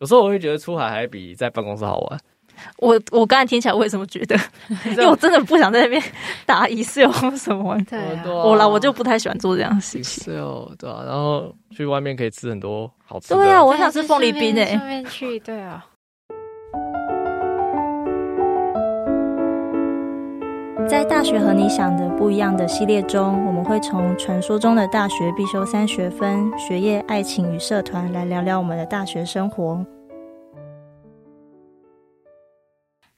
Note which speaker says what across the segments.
Speaker 1: 有时候我会觉得出海还比在办公室好玩。
Speaker 2: 我我刚才听起来，我也这么觉得，因为我真的不想在那边打一次或什么。
Speaker 3: 对啊
Speaker 1: 对啊
Speaker 2: 我啦，我就不太喜欢做这样的事情。
Speaker 1: 是哦，对啊，然后去外面可以吃很多好吃的。
Speaker 2: 对啊，我想吃凤梨冰诶、
Speaker 3: 顺便去，对啊。
Speaker 4: 在《大学和你想的不一样》的系列中，我们会从传说中的大学必修三学分、学业、爱情与社团来聊聊我们的大学生活。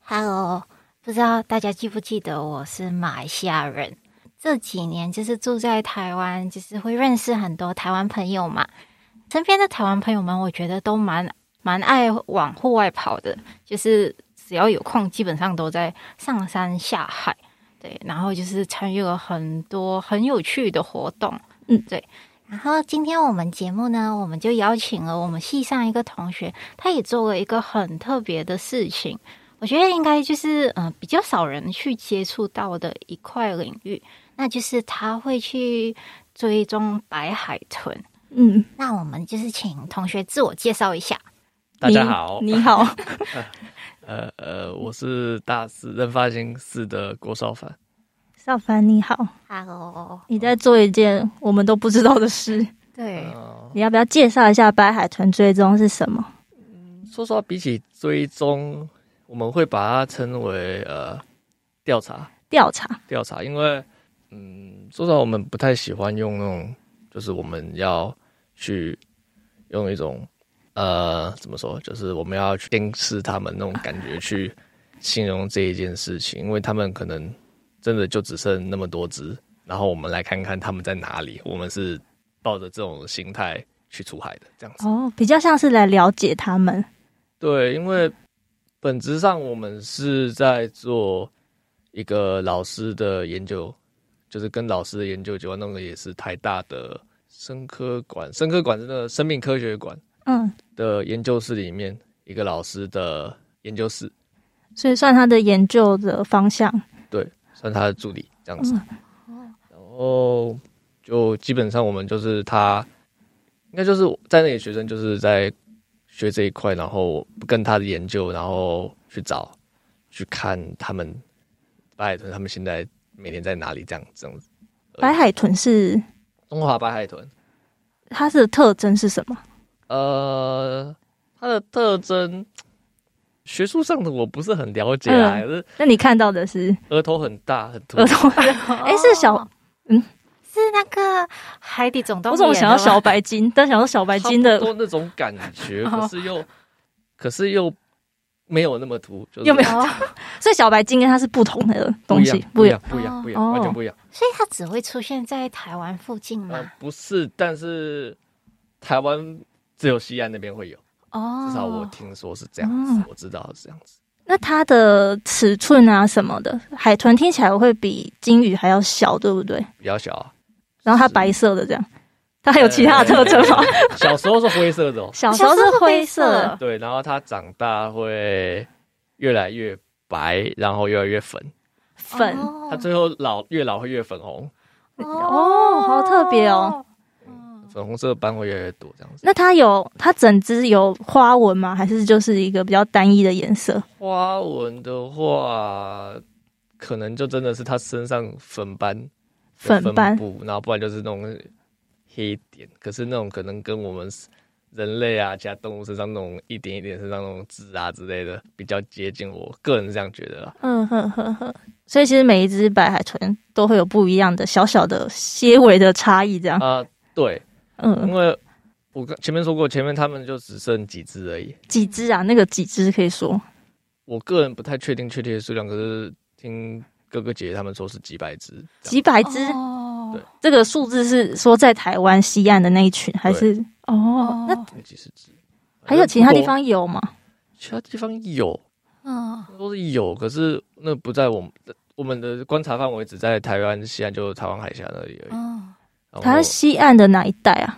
Speaker 3: Hello，不知道大家记不记得我是马来西亚人。这几年就是住在台湾，就是会认识很多台湾朋友嘛。身边的台湾朋友们，我觉得都蛮蛮爱往户外跑的，就是只要有空，基本上都在上山下海。对，然后就是参与了很多很有趣的活动。
Speaker 2: 嗯，
Speaker 3: 对。然后今天我们节目呢，我们就邀请了我们系上一个同学，他也做了一个很特别的事情。我觉得应该就是呃比较少人去接触到的一块领域，那就是他会去追踪白海豚。
Speaker 2: 嗯，
Speaker 3: 那我们就是请同学自我介绍一下。
Speaker 1: 大家好，
Speaker 2: 你你好，
Speaker 1: 呃呃，我是大四人发型室的郭少凡。
Speaker 4: 少凡你好，
Speaker 3: Hello，
Speaker 2: 你在做一件我们都不知道的事，
Speaker 3: 对，
Speaker 1: 嗯，
Speaker 4: 你要不要介绍一下白海豚追踪是什么？
Speaker 1: 说实话，比起追踪，我们会把它称为呃调查
Speaker 2: 调查。
Speaker 1: 调查，因为嗯，说实话，我们不太喜欢用那种，就是我们要去用一种呃怎么说，就是我们要去监视他们那种感觉去形容这一件事情，因为他们可能真的就只剩那么多只，然后我们来看看他们在哪里，我们是抱着这种心态去出海的，这样子。
Speaker 4: 哦，比较像是来了解他们。
Speaker 1: 对，因为本质上我们是在做一个老师的研究，就是跟老师的研究结合，那个也是台大的生科馆，生科馆是那个生命科学馆
Speaker 4: 嗯，
Speaker 1: 的研究室里面一个老师的研究室，
Speaker 4: 所以算他的研究的方向。
Speaker 1: 算他的助理这样子。哦然后就基本上我们就是他，应该就是在那里学生就是在学这一块，然后跟他的研究，然后去找去看他们白海豚他们现在每天在哪里这样这样子。
Speaker 4: 白海豚是
Speaker 1: 中华白海豚，
Speaker 4: 它的特征是什么？
Speaker 1: 呃，它的特征。学术上的我不是很了解啊，
Speaker 4: 嗯
Speaker 1: 可是
Speaker 4: 那你看到的是
Speaker 1: 额头很大，很凸
Speaker 4: 儿，童？哎、是小，
Speaker 3: 是那个海底总动
Speaker 4: 我
Speaker 3: 员
Speaker 4: 怎
Speaker 3: 的
Speaker 4: 么
Speaker 3: 吗。
Speaker 4: 想到小白鲸？但想到小白鲸
Speaker 1: 差
Speaker 4: 的
Speaker 1: 不多那种感 觉，可是又，可是又没有那么凸，就是
Speaker 4: 又没有
Speaker 3: 哦？
Speaker 4: 所以小白鲸跟它是不同的
Speaker 1: 不
Speaker 4: 东
Speaker 1: 一
Speaker 4: 西
Speaker 1: 样，，不一
Speaker 4: 一
Speaker 1: 样，不一样，不一样，
Speaker 4: 哦
Speaker 1: 完全不一样。
Speaker 3: 所以它只会出现在台湾附近
Speaker 1: 呃
Speaker 3: 吗？，
Speaker 1: 不是，但是台湾只有西岸那边会有，
Speaker 3: 哦，
Speaker 1: 至少我听说是这样
Speaker 4: 哦
Speaker 1: 子，我知道是这样子。
Speaker 4: 那它的尺寸啊什么的，海豚听起来会比鲸鱼还要小，对不对？
Speaker 1: 比较小啊，
Speaker 4: 然后它白色的这样，它还有其他的特
Speaker 1: 呃
Speaker 4: 征吗？，
Speaker 1: 哎小时候是灰色的哦
Speaker 4: 嗯小时候是灰色，
Speaker 1: 对，然后它长大会越来越白，然后越来越粉，
Speaker 3: 哦
Speaker 4: 粉，
Speaker 1: 它最后老越老会越粉红，
Speaker 4: 哦好特别哦。
Speaker 3: 嗯
Speaker 1: 粉红色的斑会越来越多这样子。
Speaker 4: 那它有它整只有花纹吗？还是就是一个比较单一的颜色？
Speaker 1: 花纹的话，可能就真的是它身上粉斑的
Speaker 4: 粉斑
Speaker 1: 布，然后不然就是那种黑点。可是那种可能跟我们人类啊、其他动物身上那种一点一点身上那种痣啊之类的比较接近我，个人是这样觉得啦。
Speaker 4: 嗯呵呵呵。所以其实每一只白海豚都会有不一样的小小的、些微的差异，这样。
Speaker 1: 啊、对，因
Speaker 4: 嗯，
Speaker 1: 为我刚前面说过，前面他们就只剩几只而已。
Speaker 4: 几只啊？那个几只可以
Speaker 1: 哦
Speaker 4: 说
Speaker 1: 我个人不太确定确切的数量，可是听哥哥姐姐他们说是几百只这样。
Speaker 4: 几百只？
Speaker 3: 哦
Speaker 1: 对
Speaker 4: 这个数字是说在台湾西岸的那一群，还是哦？那
Speaker 3: 哦
Speaker 1: 有几十只？
Speaker 4: 还有其他地
Speaker 1: 如果
Speaker 4: 方有吗？
Speaker 1: 其他地方有，
Speaker 3: 嗯
Speaker 1: 都是有，可是那不在我们我们的观察范围，只在台湾西岸，就台湾海峡那里而已。
Speaker 3: 嗯，
Speaker 1: 然后
Speaker 4: 台湾西岸的哪一带啊？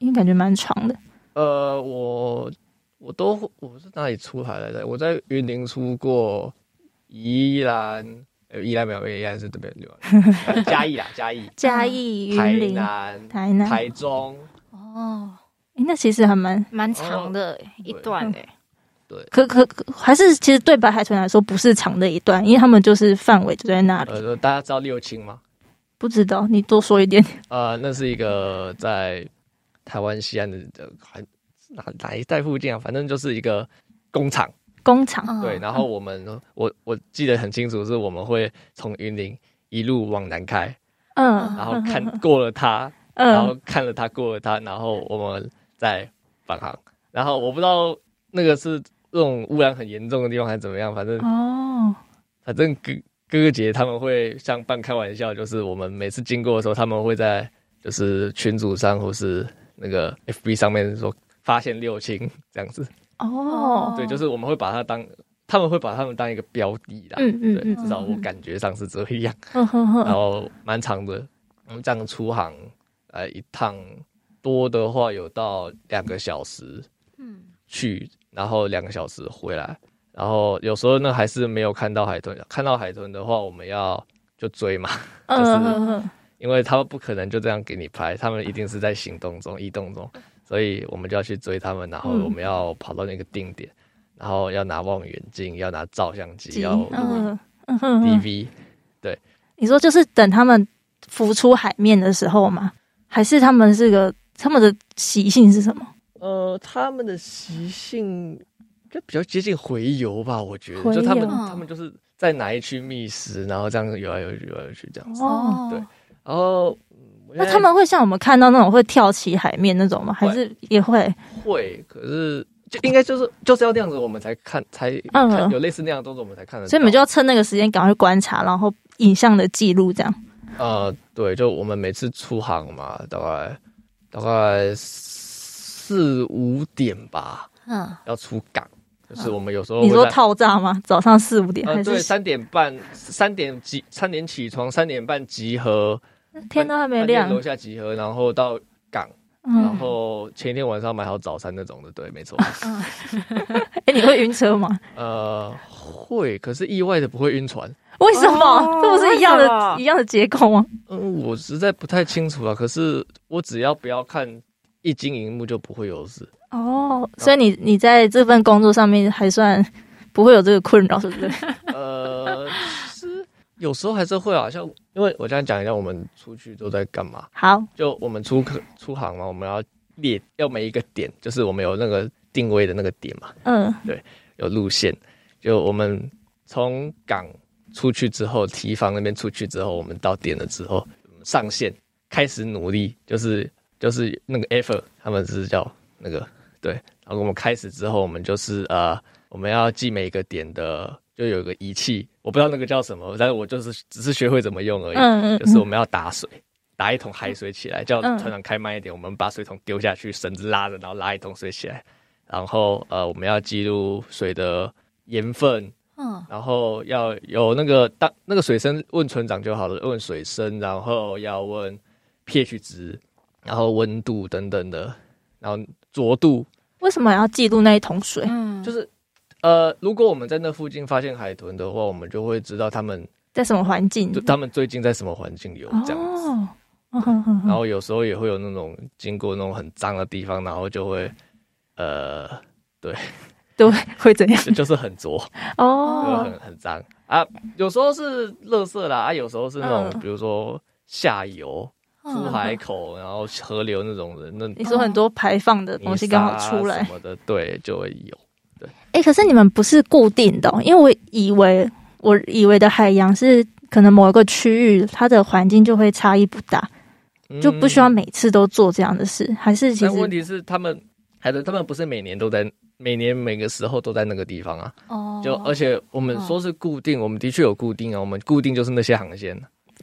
Speaker 4: 因为感觉蛮长的。
Speaker 1: 呃，我我都我是哪里出海来的？我在云林出过宜兰，呃，宜兰没有，宜兰是这边对吧？ 嘉义啦，嘉义、
Speaker 4: 嘉义、
Speaker 1: 台
Speaker 4: 云林、
Speaker 1: 南、
Speaker 4: 台南，
Speaker 1: 台中，
Speaker 3: 哦，
Speaker 4: 诶那其实还蛮
Speaker 3: 蛮长
Speaker 4: 哦
Speaker 3: 的一段诶、
Speaker 4: 可可可，还是其实对白海豚来说不是长的一段，因为他们就是范围就在那里。
Speaker 1: 呃，大家知道六亲吗？
Speaker 4: 不知道你多说一点，
Speaker 1: 呃，那是一个在台湾西岸的，呃还哪哪一带附近啊？反正就是一个工厂。
Speaker 4: 工厂
Speaker 3: 嗯
Speaker 1: 对，然后我们我我记得很清楚，是我们会从云林一路往南开，
Speaker 4: 嗯，
Speaker 1: 然后 看过了它，然后
Speaker 4: 嗯，
Speaker 1: 看了它过了它，然后我们再返航。然后我不知道那个是那种污染很严重的地方还是怎么样，反正
Speaker 4: 哦，
Speaker 1: 反正哥哥哥姐姐他们会像半开玩笑，就是我们每次经过的时候，他们会在就是群组上或是那个 FB 上面说发现六亲这样子，
Speaker 4: 哦，
Speaker 1: 对，就是我们会把它当他们会把他们当一个标的啦，
Speaker 4: 嗯嗯
Speaker 1: 对，
Speaker 4: 嗯
Speaker 1: 至少我感觉上是这样。
Speaker 4: 嗯哼
Speaker 1: 然
Speaker 4: 哼，
Speaker 1: 后蛮长的，我们这样出航，呃，一趟多的话有到两个小时
Speaker 3: 嗯，
Speaker 1: 去，然后两个小时回来。然后有时候呢还是没有看到海豚，看到海豚的话，我们要就追嘛，
Speaker 4: 嗯哼哼，
Speaker 1: 因为他们不可能就这样给你拍，他们一定是在行动中、移动中，所以我们就要去追他们，然后
Speaker 4: 嗯
Speaker 1: 我们要跑到那个定点，然后要拿望远镜，要拿照相机，要录影
Speaker 4: 嗯嗯哼哼，
Speaker 1: DV，
Speaker 4: 你说就是等他们浮出海面的时候吗？还是他们这个他们的习性是什么？
Speaker 1: 呃，他们的习性就比较接近回游吧，我觉
Speaker 4: 洄
Speaker 1: 得，就他们
Speaker 4: 游
Speaker 1: 他们就是在哪一区觅食，然后这样游来游去，游来游去这样子。
Speaker 4: 哦，
Speaker 3: 哦，
Speaker 1: 对然后，嗯我
Speaker 4: 那
Speaker 1: 现在
Speaker 4: 他们会像我们看到那种会跳起海面那种吗？还
Speaker 1: 会
Speaker 4: 是也会？
Speaker 1: 会，可是就应该就是就是要那样子，我们才看才
Speaker 4: 嗯
Speaker 1: 看有类似那样的动作，我们才看得到。
Speaker 4: 所以你们就要趁那个时间赶快观察，然后影像的记录这样。
Speaker 1: 呃，对，就我们每次出航嘛，大概大概四五点吧，
Speaker 3: 嗯，
Speaker 1: 要出港，就是我们有时候
Speaker 4: 嗯你
Speaker 1: 会
Speaker 4: 说
Speaker 1: 在
Speaker 4: 套炸吗？早上四五点
Speaker 1: 呃
Speaker 4: 还
Speaker 1: 对
Speaker 4: 是？
Speaker 1: 三点半三点集三点起床，三点半集合，
Speaker 4: 天都还没
Speaker 1: 饭店
Speaker 4: 亮，
Speaker 1: 楼下集合，然后到港，然
Speaker 4: 嗯，
Speaker 1: 后前一天晚上买好早餐那种的，对，没 错。
Speaker 4: 哎，你会晕车吗？
Speaker 1: 呃，会，可是意外的不会晕船。
Speaker 4: 为什么？
Speaker 3: 哦
Speaker 4: 这不是一样
Speaker 3: 为什么
Speaker 4: 的一样的结构吗？
Speaker 1: 嗯，我实在不太清楚了。可是我只要不要看一经荧幕就不会有事。
Speaker 4: 哦，所以你你在这份工作上面还算不会有这个困扰，是 不是？
Speaker 1: 呃，其实有时候还是会啊，像因为我这样讲一下，我们出去都在干嘛？
Speaker 4: 好，
Speaker 1: 就我们出客出航嘛，我们要列要每一个点，就是我们有那个定位的那个点嘛。
Speaker 4: 嗯，
Speaker 1: 有路线，就我们从港出去之后，提防那边出去之后，我们到点了之后上线开始努力，就是就是那个 effort，他们是叫那个对，然后我们开始之后，我们就是呃，我们要记每一个点的，就有一个仪器，我不知道那个叫什么，但是我就是只是学会怎么用而已，
Speaker 4: 嗯嗯
Speaker 1: 就是我们要打水。打一桶海水起来，叫
Speaker 4: 嗯
Speaker 1: 船长开慢一点，我们把水桶丢下去，绳子拉着，然后拉一桶水起来，然后呃，我们要记录水的盐分，
Speaker 3: 嗯，
Speaker 1: 然后要有那个当那个水深问船长就好了，问水深，然后要问 pH 值，然后温度等等的，然后浊度，
Speaker 4: 为什么要记录那一桶水？
Speaker 3: 嗯，
Speaker 1: 就是是呃，如果我们在那附近发现海豚的话，我们就会知道他们
Speaker 4: 在什么环境？
Speaker 1: 就他们最近在什么环境游这样子。
Speaker 4: 嗯哦，嗯哼哼哼
Speaker 1: 然后有时候也会有那种经过那种很脏的地方，然后就会呃，
Speaker 4: 对，会怎样？
Speaker 1: 就 就是很浊。就
Speaker 4: 哦
Speaker 1: 很很脏啊。有时候是垃圾啦，啊，有时候是那种、
Speaker 4: 嗯
Speaker 1: 比如说下游、出海口，然后河流那种人，那
Speaker 4: 你说很多排放的东西刚好
Speaker 1: 泥沙
Speaker 4: 出来
Speaker 1: 什，么的，对，就会有。
Speaker 4: 哎、可是你们不是固定的哦、因为我以为我以为的海洋是可能某一个区域它的环境就会差异不大，
Speaker 1: 嗯
Speaker 4: 就不需要。每次都做这样的事，还是其
Speaker 1: 但问
Speaker 4: 实
Speaker 1: 题是，他们还是他们不是每年都在，每年每个时候都在那个地方啊。
Speaker 3: 哦，
Speaker 1: 就而且我
Speaker 4: 嗯
Speaker 1: 们说是固定，我们的确有固定啊，我们固定就是那些航线。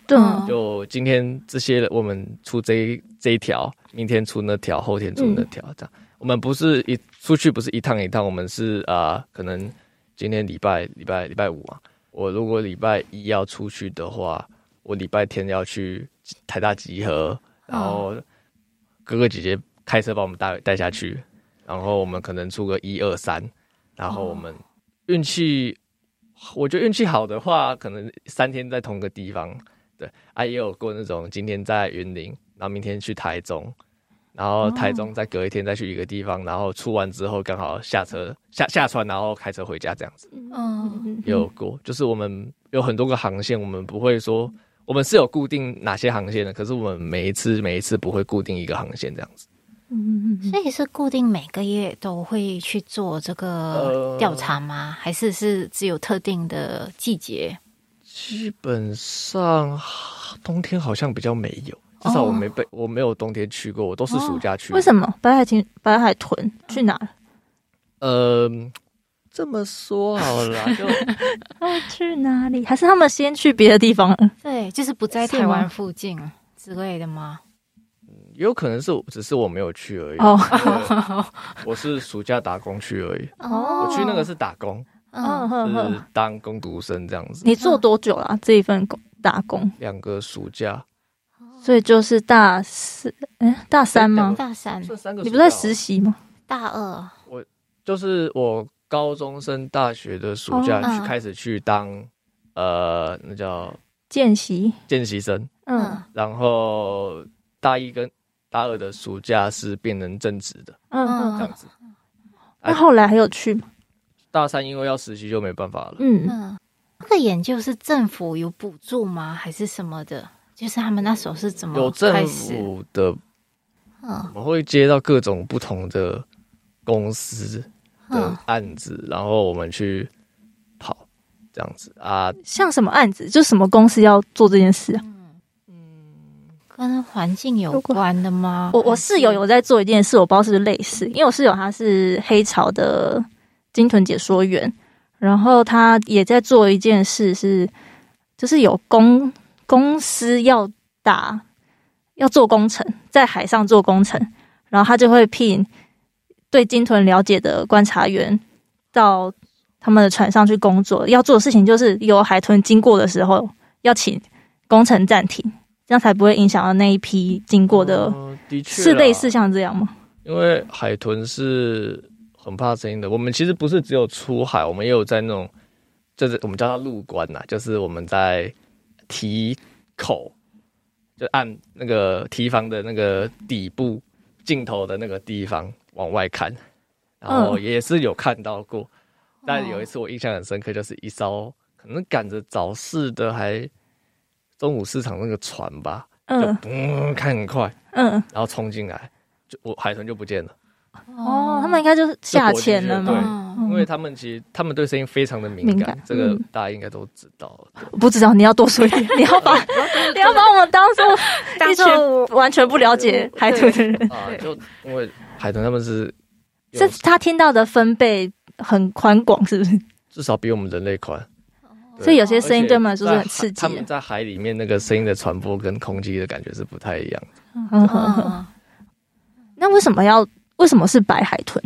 Speaker 4: 对啊
Speaker 3: 嗯
Speaker 1: 就今天这些我们出这一这一条，明天出那条，后天出那条，这样。我们不是一出去不是一趟一趟，我们是啊、呃可能今天礼拜礼拜礼拜五嘛，我如果礼拜一要出去的话，我礼拜天要去台大集合，然后哥哥姐姐开车把我们带带下去，然后我们可能出个一二三，然后我们运气，我觉得运气好的话，可能三天在同个地方，对啊，也有过那种今天在云林，然后明天去台中，然后台
Speaker 4: 哦
Speaker 1: 中再隔一天再去一个地方，然后出完之后刚好下车下下船，然后开车回家这样子。
Speaker 3: 嗯，
Speaker 1: 也有过，就是我们有很多个航线，我们不会说我们是有固定哪些航线的，可是我们每一次每一次不会固定一个航线这样子。
Speaker 4: 嗯
Speaker 3: 所以是固定每个月都会去做这个
Speaker 1: 呃
Speaker 3: 调查吗？还是是只有特定的季节？
Speaker 1: 基本上冬天好像比较没有，至少我没被、我没有冬天去过，我都是暑假去。
Speaker 4: 哦为
Speaker 1: 么？
Speaker 4: 什么白海豚白海
Speaker 1: 嗯
Speaker 4: 豚去哪了？
Speaker 1: 呃，这么说好 了啦，就
Speaker 4: 哦去哪里？还是他们先去别的地方了？
Speaker 3: 对，就是不在
Speaker 4: 是
Speaker 3: 台湾
Speaker 4: 吗
Speaker 3: 附近之类的吗？
Speaker 1: 也有可能是我只是我没有去而已。
Speaker 4: 哦
Speaker 1: 对我是暑假打工去而已，
Speaker 3: 哦
Speaker 1: 我去那个是打工，
Speaker 4: 嗯
Speaker 3: 嗯，
Speaker 1: 就
Speaker 4: 哼
Speaker 1: 是
Speaker 4: 哼，
Speaker 1: 当工读生这样子，
Speaker 4: 你做多久了啊这一份工打工？
Speaker 1: 两个暑假。
Speaker 4: 所以就是大四，哎，大三吗？
Speaker 3: 大三、
Speaker 1: 这三个
Speaker 4: 嗯你不是在
Speaker 1: 暑假哦
Speaker 4: 实习吗？
Speaker 3: 大二，
Speaker 1: 就是我高中升大学的暑假
Speaker 3: 哦
Speaker 1: 去、
Speaker 3: 嗯
Speaker 1: 开始去当呃，那叫
Speaker 4: 见习，
Speaker 1: 见习生，
Speaker 4: 嗯
Speaker 1: 然后大一跟大二的暑假是变成正职的
Speaker 4: 嗯
Speaker 1: 这
Speaker 4: 嗯。
Speaker 1: 样子。
Speaker 4: 那后来还有去吗？
Speaker 1: 大三因为要实习就没办法了，
Speaker 4: 嗯，
Speaker 3: 嗯，这个研究是政府有补助吗？还是什么的？就是他们那时候是
Speaker 4: 嗯
Speaker 3: 怎
Speaker 1: 有
Speaker 4: 哦
Speaker 3: 么开
Speaker 1: 政
Speaker 3: 始？
Speaker 1: 府的，
Speaker 3: 嗯
Speaker 1: 我们会接到各种不同的公司
Speaker 3: 嗯
Speaker 1: 的案子，然后我们去跑这样子啊，
Speaker 4: 像什么案子？就什么公司要做这件事啊？
Speaker 3: 跟环境有
Speaker 4: 如果
Speaker 3: 关的吗？
Speaker 4: 我我室友有在做一件事，我不知道是不是类似，因为我室友他是黑潮的鲸豚解说员，然后他也在做一件事是，就是有公公司要打要做工程，在海上做工程，然后他就会聘对鲸豚了解的观察员到他们的船上去工作，要做的事情就是有海豚经过的时候要请工程暂停，这样才不会影响到那一批经过的。
Speaker 1: 嗯的确
Speaker 4: 是类
Speaker 1: 啦
Speaker 4: 似像这样吗？
Speaker 1: 因为海豚是很怕声音的。我们其实不是只有出海，我们也有在那种，就是我们叫它陆关呐、就是我们在提口，就按那个提防的那个底部镜头的那个地方往外看，然后也是有看到过。但有一次我印象很深刻，就是一艘可能赶着早市的还中午市场那个船吧，就
Speaker 4: 嗯
Speaker 1: 嘣开很快，
Speaker 4: 嗯，
Speaker 1: 然后冲进来，就我海豚就不见了。
Speaker 4: 哦，他们应该就是下潜了
Speaker 1: 对
Speaker 4: 吗？
Speaker 3: 嗯
Speaker 1: 因为他们其实他们对声音非常的敏感，
Speaker 4: 敏感
Speaker 1: 这个
Speaker 4: 嗯
Speaker 1: 大家应该都知道。
Speaker 4: 不知道，你要多说一点，你要把 你要把我们 当做
Speaker 3: 嗯
Speaker 2: 当
Speaker 4: 一
Speaker 2: 作
Speaker 4: 群完全不了解海豚的人，
Speaker 1: 啊，就因为海豚他们是有
Speaker 4: 是他听到的分贝很宽广，是不是？
Speaker 1: 至少比我们人类宽，对
Speaker 4: 所以有些声
Speaker 1: 而
Speaker 4: 音
Speaker 1: 且
Speaker 4: 对我们来说是很
Speaker 1: 在海
Speaker 4: 刺激
Speaker 1: 他
Speaker 4: 的
Speaker 1: 们在海里面那个声音的传播跟空气的感觉是不太一样的。
Speaker 4: 嗯
Speaker 3: 嗯
Speaker 4: 哼哼
Speaker 3: 嗯
Speaker 4: 那为什么要为什么是白海豚？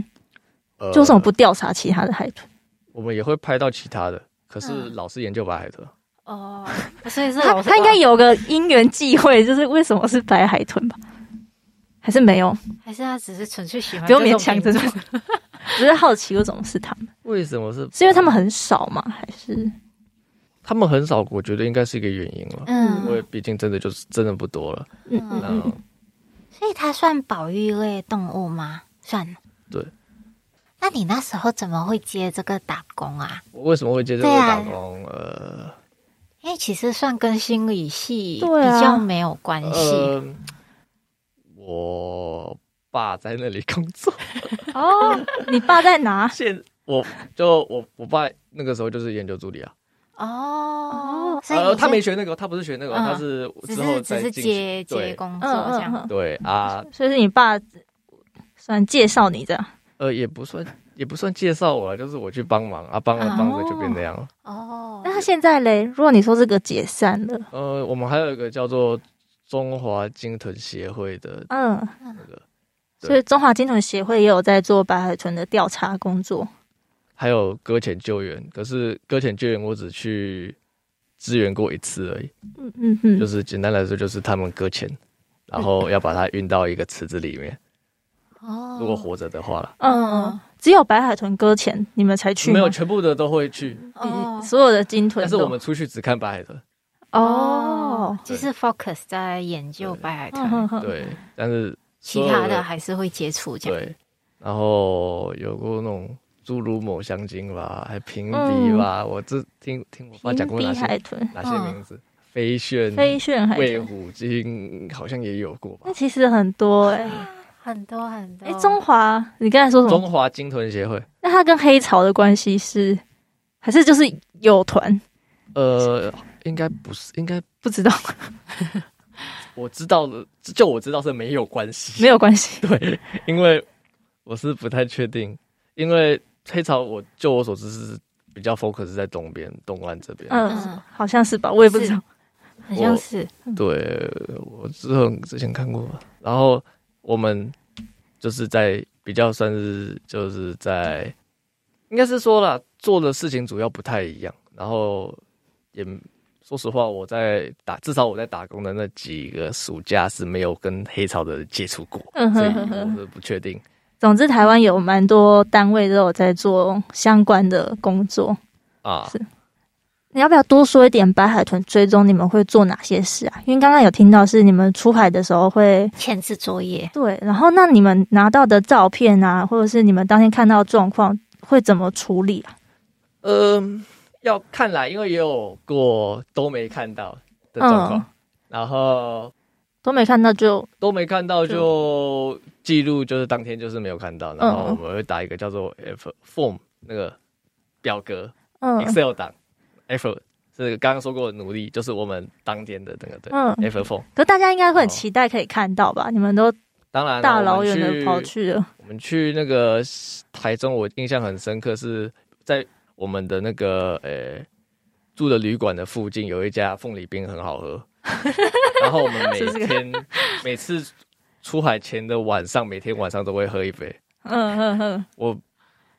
Speaker 1: 呃
Speaker 4: 就为什么不调查其他的海豚？
Speaker 1: 我们也会拍到其他的，可是
Speaker 3: 嗯
Speaker 1: 老是研究白海豚。
Speaker 3: 哦，所以是
Speaker 4: 他
Speaker 3: 老师哦
Speaker 4: 他应该有个因缘际会，就是为什么是白海豚吧？还是没有？
Speaker 3: 还是他只是纯粹喜欢
Speaker 4: 不
Speaker 3: 这
Speaker 4: 用
Speaker 3: 种
Speaker 4: 勉
Speaker 3: 品
Speaker 4: 强，真
Speaker 3: 种，
Speaker 4: 的。只是好奇为什么是他们？
Speaker 1: 为什么是？
Speaker 4: 是因为他们很少吗？还是
Speaker 1: 他们很少，我觉得应该是一个原因了。因为
Speaker 3: 嗯，
Speaker 1: 毕竟真的就是真的不多了。
Speaker 4: 嗯嗯
Speaker 1: 那
Speaker 4: 嗯。
Speaker 3: 所以它算保育类动物吗？算。
Speaker 1: 对。
Speaker 3: 那你那时候怎么会接这个打工啊？
Speaker 1: 我为什么会接这个
Speaker 3: 对啊
Speaker 1: 打工？呃，
Speaker 3: 因为其实算跟心理系
Speaker 4: 对啊
Speaker 3: 比较没有关系，
Speaker 1: 呃，我爸在那里工 作，
Speaker 4: 哦，你爸在哪？
Speaker 1: 现我就我我爸那个时候就是研究助理啊，
Speaker 3: 哦
Speaker 4: 哦，
Speaker 3: 所以你
Speaker 1: 呃，
Speaker 3: 是
Speaker 1: 他没学那个，他不是学那个，
Speaker 3: 嗯
Speaker 1: 他是
Speaker 3: 只
Speaker 1: 之后
Speaker 3: 是只
Speaker 1: 再
Speaker 3: 是
Speaker 1: 进去
Speaker 3: 接
Speaker 1: 对
Speaker 3: 接工作这样，
Speaker 4: 嗯，
Speaker 1: 对啊，
Speaker 4: 所以是你爸算介绍你这样，
Speaker 1: 呃，也不算也不算介绍我啊，就是我去帮忙啊，帮了
Speaker 3: 哦
Speaker 1: 帮着就变那样了。
Speaker 3: 哦
Speaker 4: 那，他现在嘞？如果你说这个解散了，
Speaker 1: 呃，我们还有一个叫做中华鲸豚协会的
Speaker 4: 嗯，
Speaker 1: 那个，对
Speaker 4: 所以中华金豚协会也有在做白海豚的调查工作，
Speaker 1: 还有搁浅救援，可是搁浅救援我只去支援过一次而已。
Speaker 4: 嗯嗯嗯，
Speaker 1: 就是简单来说，就是他们搁浅，然后要把它运到一个池子里面。
Speaker 3: 哦
Speaker 1: 如果活着的话啦，
Speaker 4: 嗯嗯，只有白海豚搁浅你们才去吗，嗯
Speaker 1: 没有全部的都会去，
Speaker 3: 哦
Speaker 4: 所有的金豚
Speaker 1: 但
Speaker 4: 都，
Speaker 1: 是我们出去只看白海豚。
Speaker 4: 哦，
Speaker 3: 就是 focus 在研究白海
Speaker 4: 嗯
Speaker 3: 豚，
Speaker 4: 哼哼，
Speaker 1: 对，但是
Speaker 3: 其他的还是会接触这样。
Speaker 1: 对，然后有过那种侏儒抹香鲸吧，还评比吧，我这听听我爸讲过哪
Speaker 4: 屏蔽海
Speaker 1: 些
Speaker 4: 豚、
Speaker 1: 哪些名字，飞旋、
Speaker 4: 飞旋海
Speaker 1: 卫
Speaker 4: 豚，
Speaker 1: 虎鲸好像也有过吧
Speaker 4: 那。其实很多哎、
Speaker 3: 很多很多。
Speaker 4: 哎、中华，你刚才说什么？
Speaker 1: 中华鲸豚协会，
Speaker 4: 那它跟黑潮的关系是，还是就是有团？
Speaker 1: 呃，应该不是，应该
Speaker 4: 不知道，
Speaker 1: 我知道的，就我知道是没有关系，
Speaker 4: 没有关系。
Speaker 1: 对，因为我是不太确定，因为黑潮我就我所知是比较 focus 在东边东岸这边。
Speaker 4: 嗯
Speaker 3: 嗯，
Speaker 4: 好像是吧，我也不知道。
Speaker 3: 很像是
Speaker 1: 对，我之前之前看过，然后我们就是在比较算是就是在，应该是说啦，做的事情主要不太一样，然后也说实话，我在打至少我在打工的那几个暑假是没有跟黑潮的人接触过，
Speaker 4: 嗯
Speaker 1: 所以
Speaker 4: 哼哼
Speaker 1: 我
Speaker 4: 哼。
Speaker 1: 是不确定。
Speaker 4: 总之，台湾有蛮多单位都有在做相关的工作。
Speaker 1: 啊
Speaker 4: 是，你要不要多说一点白海豚追踪？你们会做哪些事啊？因为刚刚有听到是你们出海的时候会
Speaker 3: 前置作业。
Speaker 4: 对，然后那你们拿到的照片啊，或者是你们当天看到的状况会怎么处理啊？
Speaker 1: 嗯、要看啦，因为也有过都没看到的状况，
Speaker 4: 嗯
Speaker 1: 然后
Speaker 4: 都没看到就
Speaker 1: 都没看到就记录，就是当天就是没有看
Speaker 4: 嗯
Speaker 1: 到，然后我们会打一个叫做 F form 那个表格、
Speaker 4: 嗯
Speaker 1: Excel 档 effort 是刚刚说过的努力，就是我们当天的那个对、
Speaker 4: 嗯，
Speaker 1: effort form。
Speaker 4: 可大家应该会很期待可以看到吧？你们都
Speaker 1: 当然啦
Speaker 4: 大老远
Speaker 1: 哦我
Speaker 4: 的
Speaker 1: 们
Speaker 4: 跑去了，
Speaker 1: 我们去那个台中，我印象很深刻，是在我们的那个呃、住的旅馆的附近有一家凤梨冰很好喝， 然后我们每天每次出海前的晚上，每天晚上都会喝一杯。
Speaker 4: 嗯嗯嗯，
Speaker 1: 我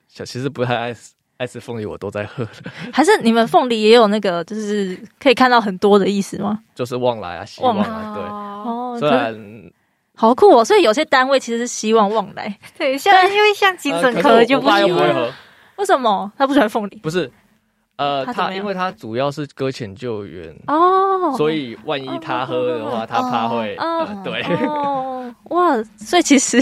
Speaker 1: 小其实不太爱吃爱吃凤梨，我都在喝，
Speaker 4: 还是你们凤梨也有那个，就是可以看到很多的意思吗？
Speaker 1: 就是旺来啊，希
Speaker 4: 旺
Speaker 1: 望
Speaker 4: 来
Speaker 1: 啊，
Speaker 3: 哦，
Speaker 4: 哦
Speaker 1: 对，虽然。
Speaker 4: 好酷哦！所以有些单位其实是希望旺来，
Speaker 3: 对，像因为像精神
Speaker 1: 呃可是
Speaker 3: 科
Speaker 1: 我
Speaker 3: 就
Speaker 1: 我
Speaker 3: 不
Speaker 1: 爸又
Speaker 3: 行
Speaker 1: 不会
Speaker 3: 了。
Speaker 1: 喝，
Speaker 4: 为什么他不喜欢凤梨？
Speaker 1: 不是，呃，
Speaker 4: 他怎么
Speaker 1: 他
Speaker 4: 样
Speaker 1: 因为他主要是搁浅救援，
Speaker 4: 哦，
Speaker 1: 所以万一他喝的话，他怕会，
Speaker 4: 哦
Speaker 1: 呃对，
Speaker 4: 哦 哇，所以其实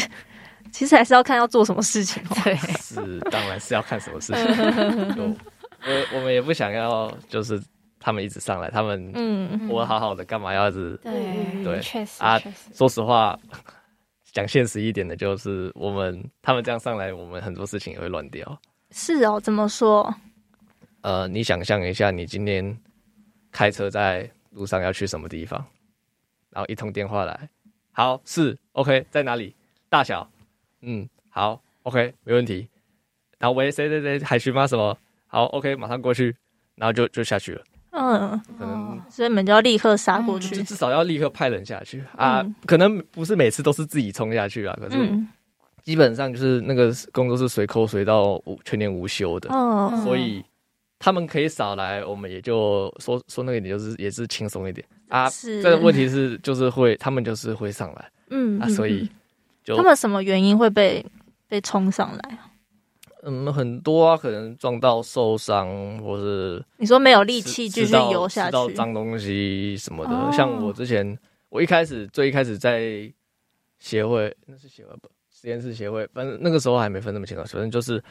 Speaker 4: 其实还是要看要做什么事情哦。
Speaker 2: 对，
Speaker 1: 是当然是要看什么 事情，就我我们也不想要，就是他们一直上来，他们
Speaker 4: 嗯，
Speaker 1: 我好好的，干嘛要一直？
Speaker 3: 对
Speaker 1: 对
Speaker 3: 确实
Speaker 1: 啊
Speaker 3: 确实。
Speaker 1: 说实话，讲现实一点的，就是我们他们这样上来，我们很多事情也会乱掉。
Speaker 4: 是哦，怎么说？
Speaker 1: 呃，你想象一下，你今天开车在路上要去什么地方，然后一通电话来，好，是 OK，在哪里？大小，嗯，好，OK，没问题。然后喂，谁谁谁，海巡吗？什么？好，OK，马上过去，然后就就下去了，
Speaker 4: 嗯，
Speaker 1: 可能
Speaker 4: 所以你们就要立刻杀过
Speaker 1: 就
Speaker 4: 去。
Speaker 1: 至少要立刻派人下去啊
Speaker 4: 嗯。
Speaker 1: 可能不是每次都是自己冲下去啊，可是
Speaker 4: 嗯，
Speaker 1: 基本上就是那个工作是随扣随到无全年无休的。
Speaker 4: 哦，
Speaker 1: 所以他们可以少来，我们也就说说那个，也就是也是轻松一点啊。
Speaker 4: 是
Speaker 1: 这个问题是就是会，他们就是会上来
Speaker 4: 嗯
Speaker 1: 啊，所以就
Speaker 4: 他们什么原因会被被冲上来？
Speaker 1: 嗯很多啊，可能撞到受伤或是
Speaker 4: 你说没有力气
Speaker 1: 吃
Speaker 4: 继
Speaker 1: 吃
Speaker 4: 续
Speaker 1: 到
Speaker 4: 游下
Speaker 1: 吃到，
Speaker 4: 去
Speaker 1: 脏东西什么的。
Speaker 4: 哦
Speaker 1: 像我之前，我一开始最一开始在协会，那是协会吧，实验室协会，反正那个时候还没分那么清楚，反正就是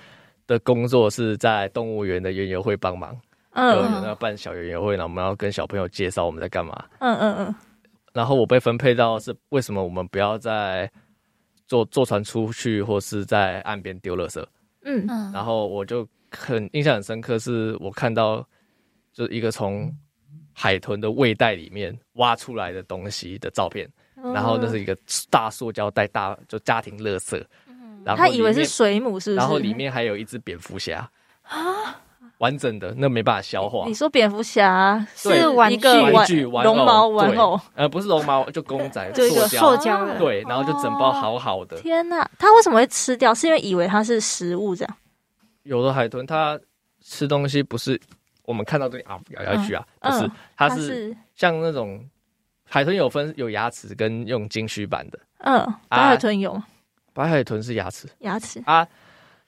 Speaker 1: 的工作是在动物园的园游会帮忙。有有
Speaker 4: 嗯
Speaker 1: 那个办小园游会，然后我们要跟小朋友介绍我们在干嘛。
Speaker 4: 嗯嗯嗯，
Speaker 1: 然后我被分配到是为什么我们不要在坐坐船出去，或是在岸边丢垃圾。
Speaker 4: 嗯嗯
Speaker 3: 嗯，
Speaker 1: 然后我就很印象很深刻，是我看到就是一个从海豚的胃袋里面挖出来的东西的照片，
Speaker 4: 嗯
Speaker 1: 然后那是一个大塑胶袋，大就家庭垃圾。然后
Speaker 4: 嗯他以为
Speaker 1: 里
Speaker 4: 是
Speaker 1: 面
Speaker 4: 水母，是不是？
Speaker 1: 然后里面还有一只蝙蝠侠啊，完整的，那没办法消化。
Speaker 4: 你说蝙蝠侠
Speaker 1: 对
Speaker 3: 是玩
Speaker 4: 一个
Speaker 3: 具
Speaker 1: 玩具玩偶
Speaker 4: 绒毛玩偶，
Speaker 1: 对呃，不是绒毛，就公仔，
Speaker 4: 就一个
Speaker 1: 胶
Speaker 3: 塑，胶的，
Speaker 1: 对，然后就整包好好的。
Speaker 4: 哦天哪，他为什么会吃掉？是因为以为它是食物这样？
Speaker 1: 有的海豚它吃东西不是我们看到这里啊咬下去啊，不
Speaker 4: 嗯
Speaker 1: 是
Speaker 4: 嗯，
Speaker 1: 它是像那种海豚有分有牙齿跟用金须板的，
Speaker 4: 嗯，白海豚有吗
Speaker 1: 白海豚是牙齿
Speaker 4: 牙齿，
Speaker 1: 啊，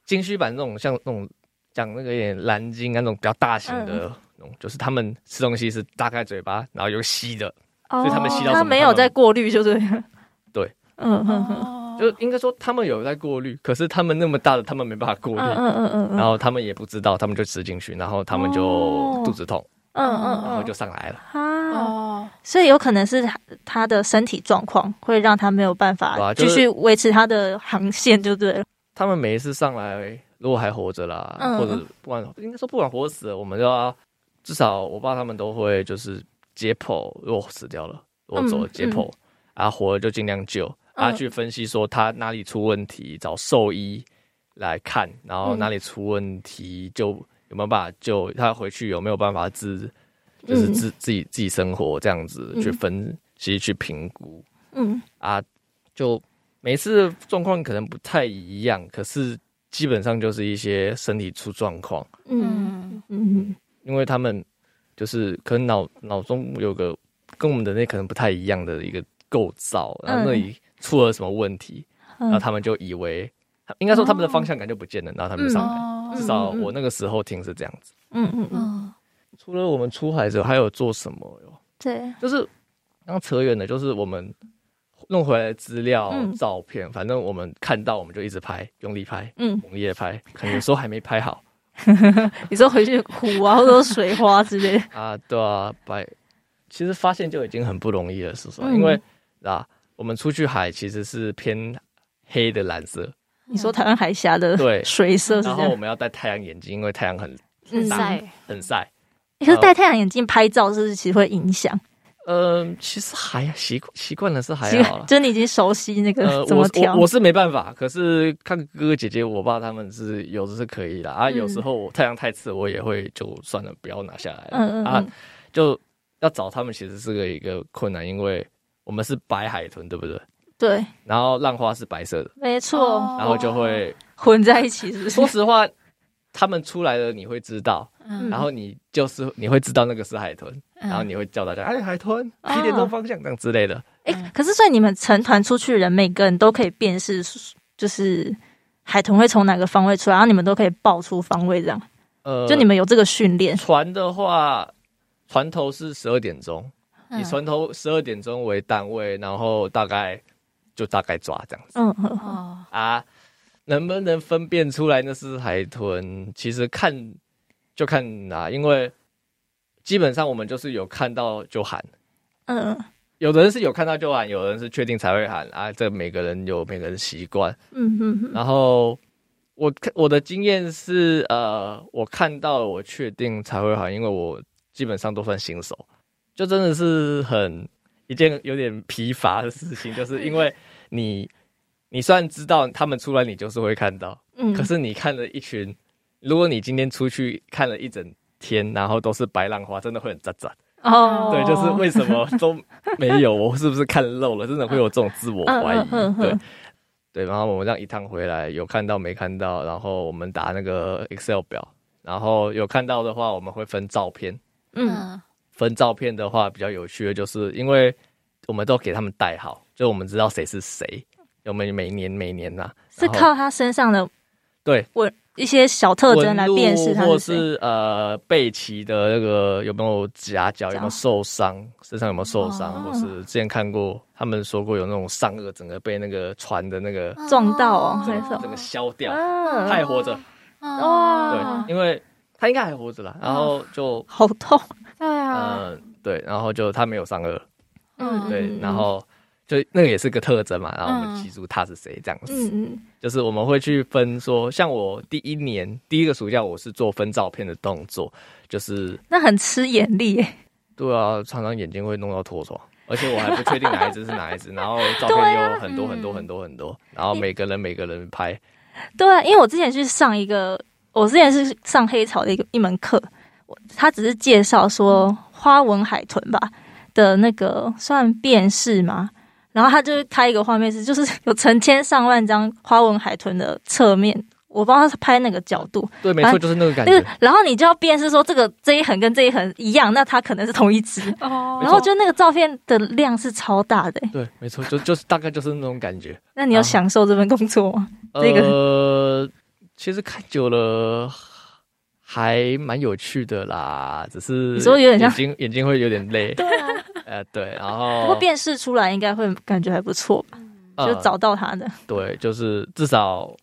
Speaker 1: 金须板那种像那种讲那个有点蓝鲸啊那种比较大型的。
Speaker 4: 嗯
Speaker 1: 那种，就是它们吃东西是大开嘴巴，然后又吸的，
Speaker 4: 所哦
Speaker 1: 以他们吸到什么
Speaker 4: 它没有在过滤，就对了。
Speaker 1: 对，
Speaker 4: 嗯哼哼，哦
Speaker 3: 哦
Speaker 1: 就应该说他们有在过滤，可是他们那么大的，他们没办法过
Speaker 4: 嗯
Speaker 1: 滤，
Speaker 4: 嗯嗯嗯嗯，
Speaker 1: 然后他们也不知道，他们就吃进去，然后他们就
Speaker 4: 哦
Speaker 1: 肚子痛，
Speaker 4: 嗯
Speaker 1: 然后
Speaker 4: 嗯
Speaker 1: 就
Speaker 4: 嗯
Speaker 1: 上来了，
Speaker 4: 啊，
Speaker 2: 哦，
Speaker 4: 所以有可能是他他的身体状况会让他没有办
Speaker 1: 对
Speaker 4: 法
Speaker 1: 啊就
Speaker 4: 继
Speaker 1: 是
Speaker 4: 续维持他的航线，就对了。
Speaker 1: 他们每一次上来，如果还活着啦，
Speaker 4: 嗯
Speaker 1: 或者不管应该说不管活死了，我们都要至少我爸他们都会就是解剖，如果死掉了，如果走了
Speaker 4: 嗯
Speaker 1: 解剖，啊活了就尽量救，啊
Speaker 4: 嗯
Speaker 1: 去分析说他哪里出问题，找兽医来看，然后
Speaker 4: 嗯
Speaker 1: 哪里出问题就有没有办法救，他回去有没有办法自就是
Speaker 4: 嗯
Speaker 1: 自自己自己生活这样子
Speaker 4: 嗯
Speaker 1: 去分析去评估，
Speaker 4: 嗯
Speaker 1: 啊，就每次状况可能不太一样，可是基本上就是一些身体出状况，
Speaker 4: 嗯
Speaker 3: 嗯，
Speaker 4: 嗯
Speaker 1: 因为他们就是可能脑脑中有个跟我们的那可能不太一样的一个构造，然后那里出了什么问题，然后
Speaker 4: 嗯，哦
Speaker 1: 他们就以为。应该说他们的方向感就不见了，然后他们就上来。
Speaker 2: 哦
Speaker 4: 嗯
Speaker 1: 至少我那个时候听是这样子。
Speaker 4: 嗯嗯嗯，
Speaker 3: 哦，
Speaker 1: 除了我们出海之后，还有做什么哟？
Speaker 4: 对，
Speaker 1: 就是刚扯远了，就是我们弄回来的资料、
Speaker 4: 嗯
Speaker 1: 照片，反正我们看到我们就一直拍，用力拍，
Speaker 4: 嗯，
Speaker 1: 猛烈地拍，可能有时候还没拍好
Speaker 4: 你说回去湖啊，或者说水花之 类的，
Speaker 1: 啊，对啊，拍，其实发现就已经很不容易了，是说，
Speaker 4: 嗯
Speaker 1: 因为啊，我们出去海其实是偏黑的蓝色，
Speaker 4: 你说台湾海峡的
Speaker 1: 对
Speaker 4: 水色是
Speaker 1: 然
Speaker 4: 这
Speaker 1: 后我
Speaker 4: 样，
Speaker 1: 们要戴太阳眼镜，因为太阳很
Speaker 3: 很
Speaker 4: 嗯
Speaker 3: 晒，
Speaker 1: 很晒。
Speaker 4: 可
Speaker 1: 啊
Speaker 4: 是戴太阳眼镜拍照是不是其实会影响？
Speaker 1: 嗯、其实还习惯习惯了是还
Speaker 4: 其实
Speaker 1: 好了。
Speaker 4: 就是你已经熟悉那
Speaker 1: 呃，
Speaker 4: 个怎么
Speaker 1: 我
Speaker 4: 调
Speaker 1: 我，我是没办法，可是看哥哥姐姐、我爸他们是有的是可以的啊。
Speaker 4: 嗯
Speaker 1: 有时候我太阳太刺，我也会就算了，不要拿下来了
Speaker 4: 嗯嗯
Speaker 1: 啊
Speaker 4: 嗯。
Speaker 1: 就要找他们其实是个一个困难，因为我们是白海豚，对不对？
Speaker 4: 对，
Speaker 1: 然后浪花是白色的，
Speaker 4: 没错，
Speaker 1: 然后就会、
Speaker 4: 混在一起是不是
Speaker 1: 说？实话，他们出来了你会知道，
Speaker 3: 嗯
Speaker 1: 然后你就是你会知道那个是海豚，
Speaker 3: 嗯
Speaker 1: 然后你会叫大家哎海豚
Speaker 4: 哦
Speaker 1: 几点钟方向这样之类的。
Speaker 4: 哎、可是所以你们成团出去的人，每个人都可以辨识，就是海豚会从哪个方位出来，然后你们都可以报出方位，这样、
Speaker 1: 呃，
Speaker 4: 就你们有这个训练。
Speaker 1: 船的话，船头是十二点钟，
Speaker 3: 嗯
Speaker 1: 以船头十二点钟为单位，然后大概就大概抓这样子
Speaker 4: 嗯嗯
Speaker 3: 哦，
Speaker 1: 啊。能不能分辨出来那是海豚？其实看就看啊，因为基本上我们就是有看到就喊，
Speaker 4: 嗯
Speaker 1: 有的人是有看到就喊，有的人是确定才会喊啊。这每个人有每个人习惯。
Speaker 4: 嗯嗯嗯
Speaker 1: 然后我看我的经验是，呃，我看到了我确定才会喊，因为我基本上都算新手，就真的是很一件有点疲乏的事情， 就是因为你你虽然知道他们出来，你就是会看到，
Speaker 4: 嗯，
Speaker 1: 可是你看了一群，如果你今天出去看了一整天，然后都是白浪花，真的会很渣渣。
Speaker 4: 哦，
Speaker 1: 对，就是为什 么都没有？我是不是看漏了？真的会有这种自我怀疑
Speaker 4: 嗯嗯嗯。嗯
Speaker 1: 对，对。然后我们这样一趟回来，有看到没看到？然后我们打那个 Excel 表，然后有看到的话，我们会分照片。
Speaker 4: 嗯
Speaker 1: 分照片的话，比较有趣的就是，因为我们都给他们代号，就我们知道谁是谁。我们每年每年呐、
Speaker 4: 是
Speaker 1: 然后
Speaker 4: 靠他身上的
Speaker 1: 对
Speaker 4: 我一些小特征来辨识
Speaker 1: 纹
Speaker 4: 他
Speaker 1: 路或
Speaker 4: 谁。
Speaker 1: 是呃背鳍的那个有没有夹角，
Speaker 4: 夹
Speaker 1: 有没有受伤，身上有没有受伤，
Speaker 4: 哦
Speaker 1: 或是之前看过他们说过有那种上颚整个被那个船的那个
Speaker 3: 嗯
Speaker 4: 撞到哦
Speaker 1: 整
Speaker 4: 没
Speaker 1: 个
Speaker 4: 错
Speaker 1: 整个削掉，
Speaker 4: 啊
Speaker 1: 他还活着，
Speaker 3: 嗯
Speaker 4: 哇
Speaker 3: 哦
Speaker 1: 对，因为他应该还活着啦，然后
Speaker 4: 哦
Speaker 1: 就
Speaker 4: 好痛，
Speaker 3: 对啊，
Speaker 1: 呃对，然后就他没有上颚，
Speaker 4: 嗯
Speaker 1: 对，
Speaker 4: 嗯
Speaker 1: 然后。就那个也是个特征嘛，然后我
Speaker 3: 嗯
Speaker 1: 们记住他是谁这样子，
Speaker 4: 嗯嗯
Speaker 1: 就是我们会去分说，像我第一年第一个暑假我是做分照片的动作，就是
Speaker 4: 那很吃眼力耶，
Speaker 1: 对啊，常常眼睛会弄到脱妆，而且我还不确定哪一只是哪一只，然后照
Speaker 4: 啊
Speaker 1: 片又很
Speaker 4: 嗯
Speaker 1: 多很多很多很多，然后每个人每个人拍，
Speaker 4: 对啊，因为我之前去上一个，我之前是上黑潮的一个一门课，我他只是介绍说花纹海豚吧的那个算辨识嘛，然后他就开一个画面是，就是有成千上万张花纹海豚的侧面，我不知道他拍那个角度，
Speaker 1: 对，没
Speaker 4: 啊
Speaker 1: 错，就是那个感
Speaker 4: 但是
Speaker 1: 觉。
Speaker 4: 然后你就要辨识说这个这一横跟这一横一样，那它可能是同一只，
Speaker 2: 哦
Speaker 4: 然后就那个照片的量是超大的欸、
Speaker 1: 对，没错，就就是大概就是那种感觉。
Speaker 4: 那你有
Speaker 1: 啊
Speaker 4: 享受这份工作吗？这个
Speaker 1: 呃，其实看久了还蛮有趣的啦，只是
Speaker 4: 你说有点像
Speaker 1: 眼睛眼睛会有点累，
Speaker 4: 对啊，
Speaker 1: 呃，对，然
Speaker 4: 不过
Speaker 1: 后
Speaker 4: 辨识出来应该会感觉还不错吧？
Speaker 1: 呃
Speaker 4: 就找到他的。
Speaker 1: 对，就是至少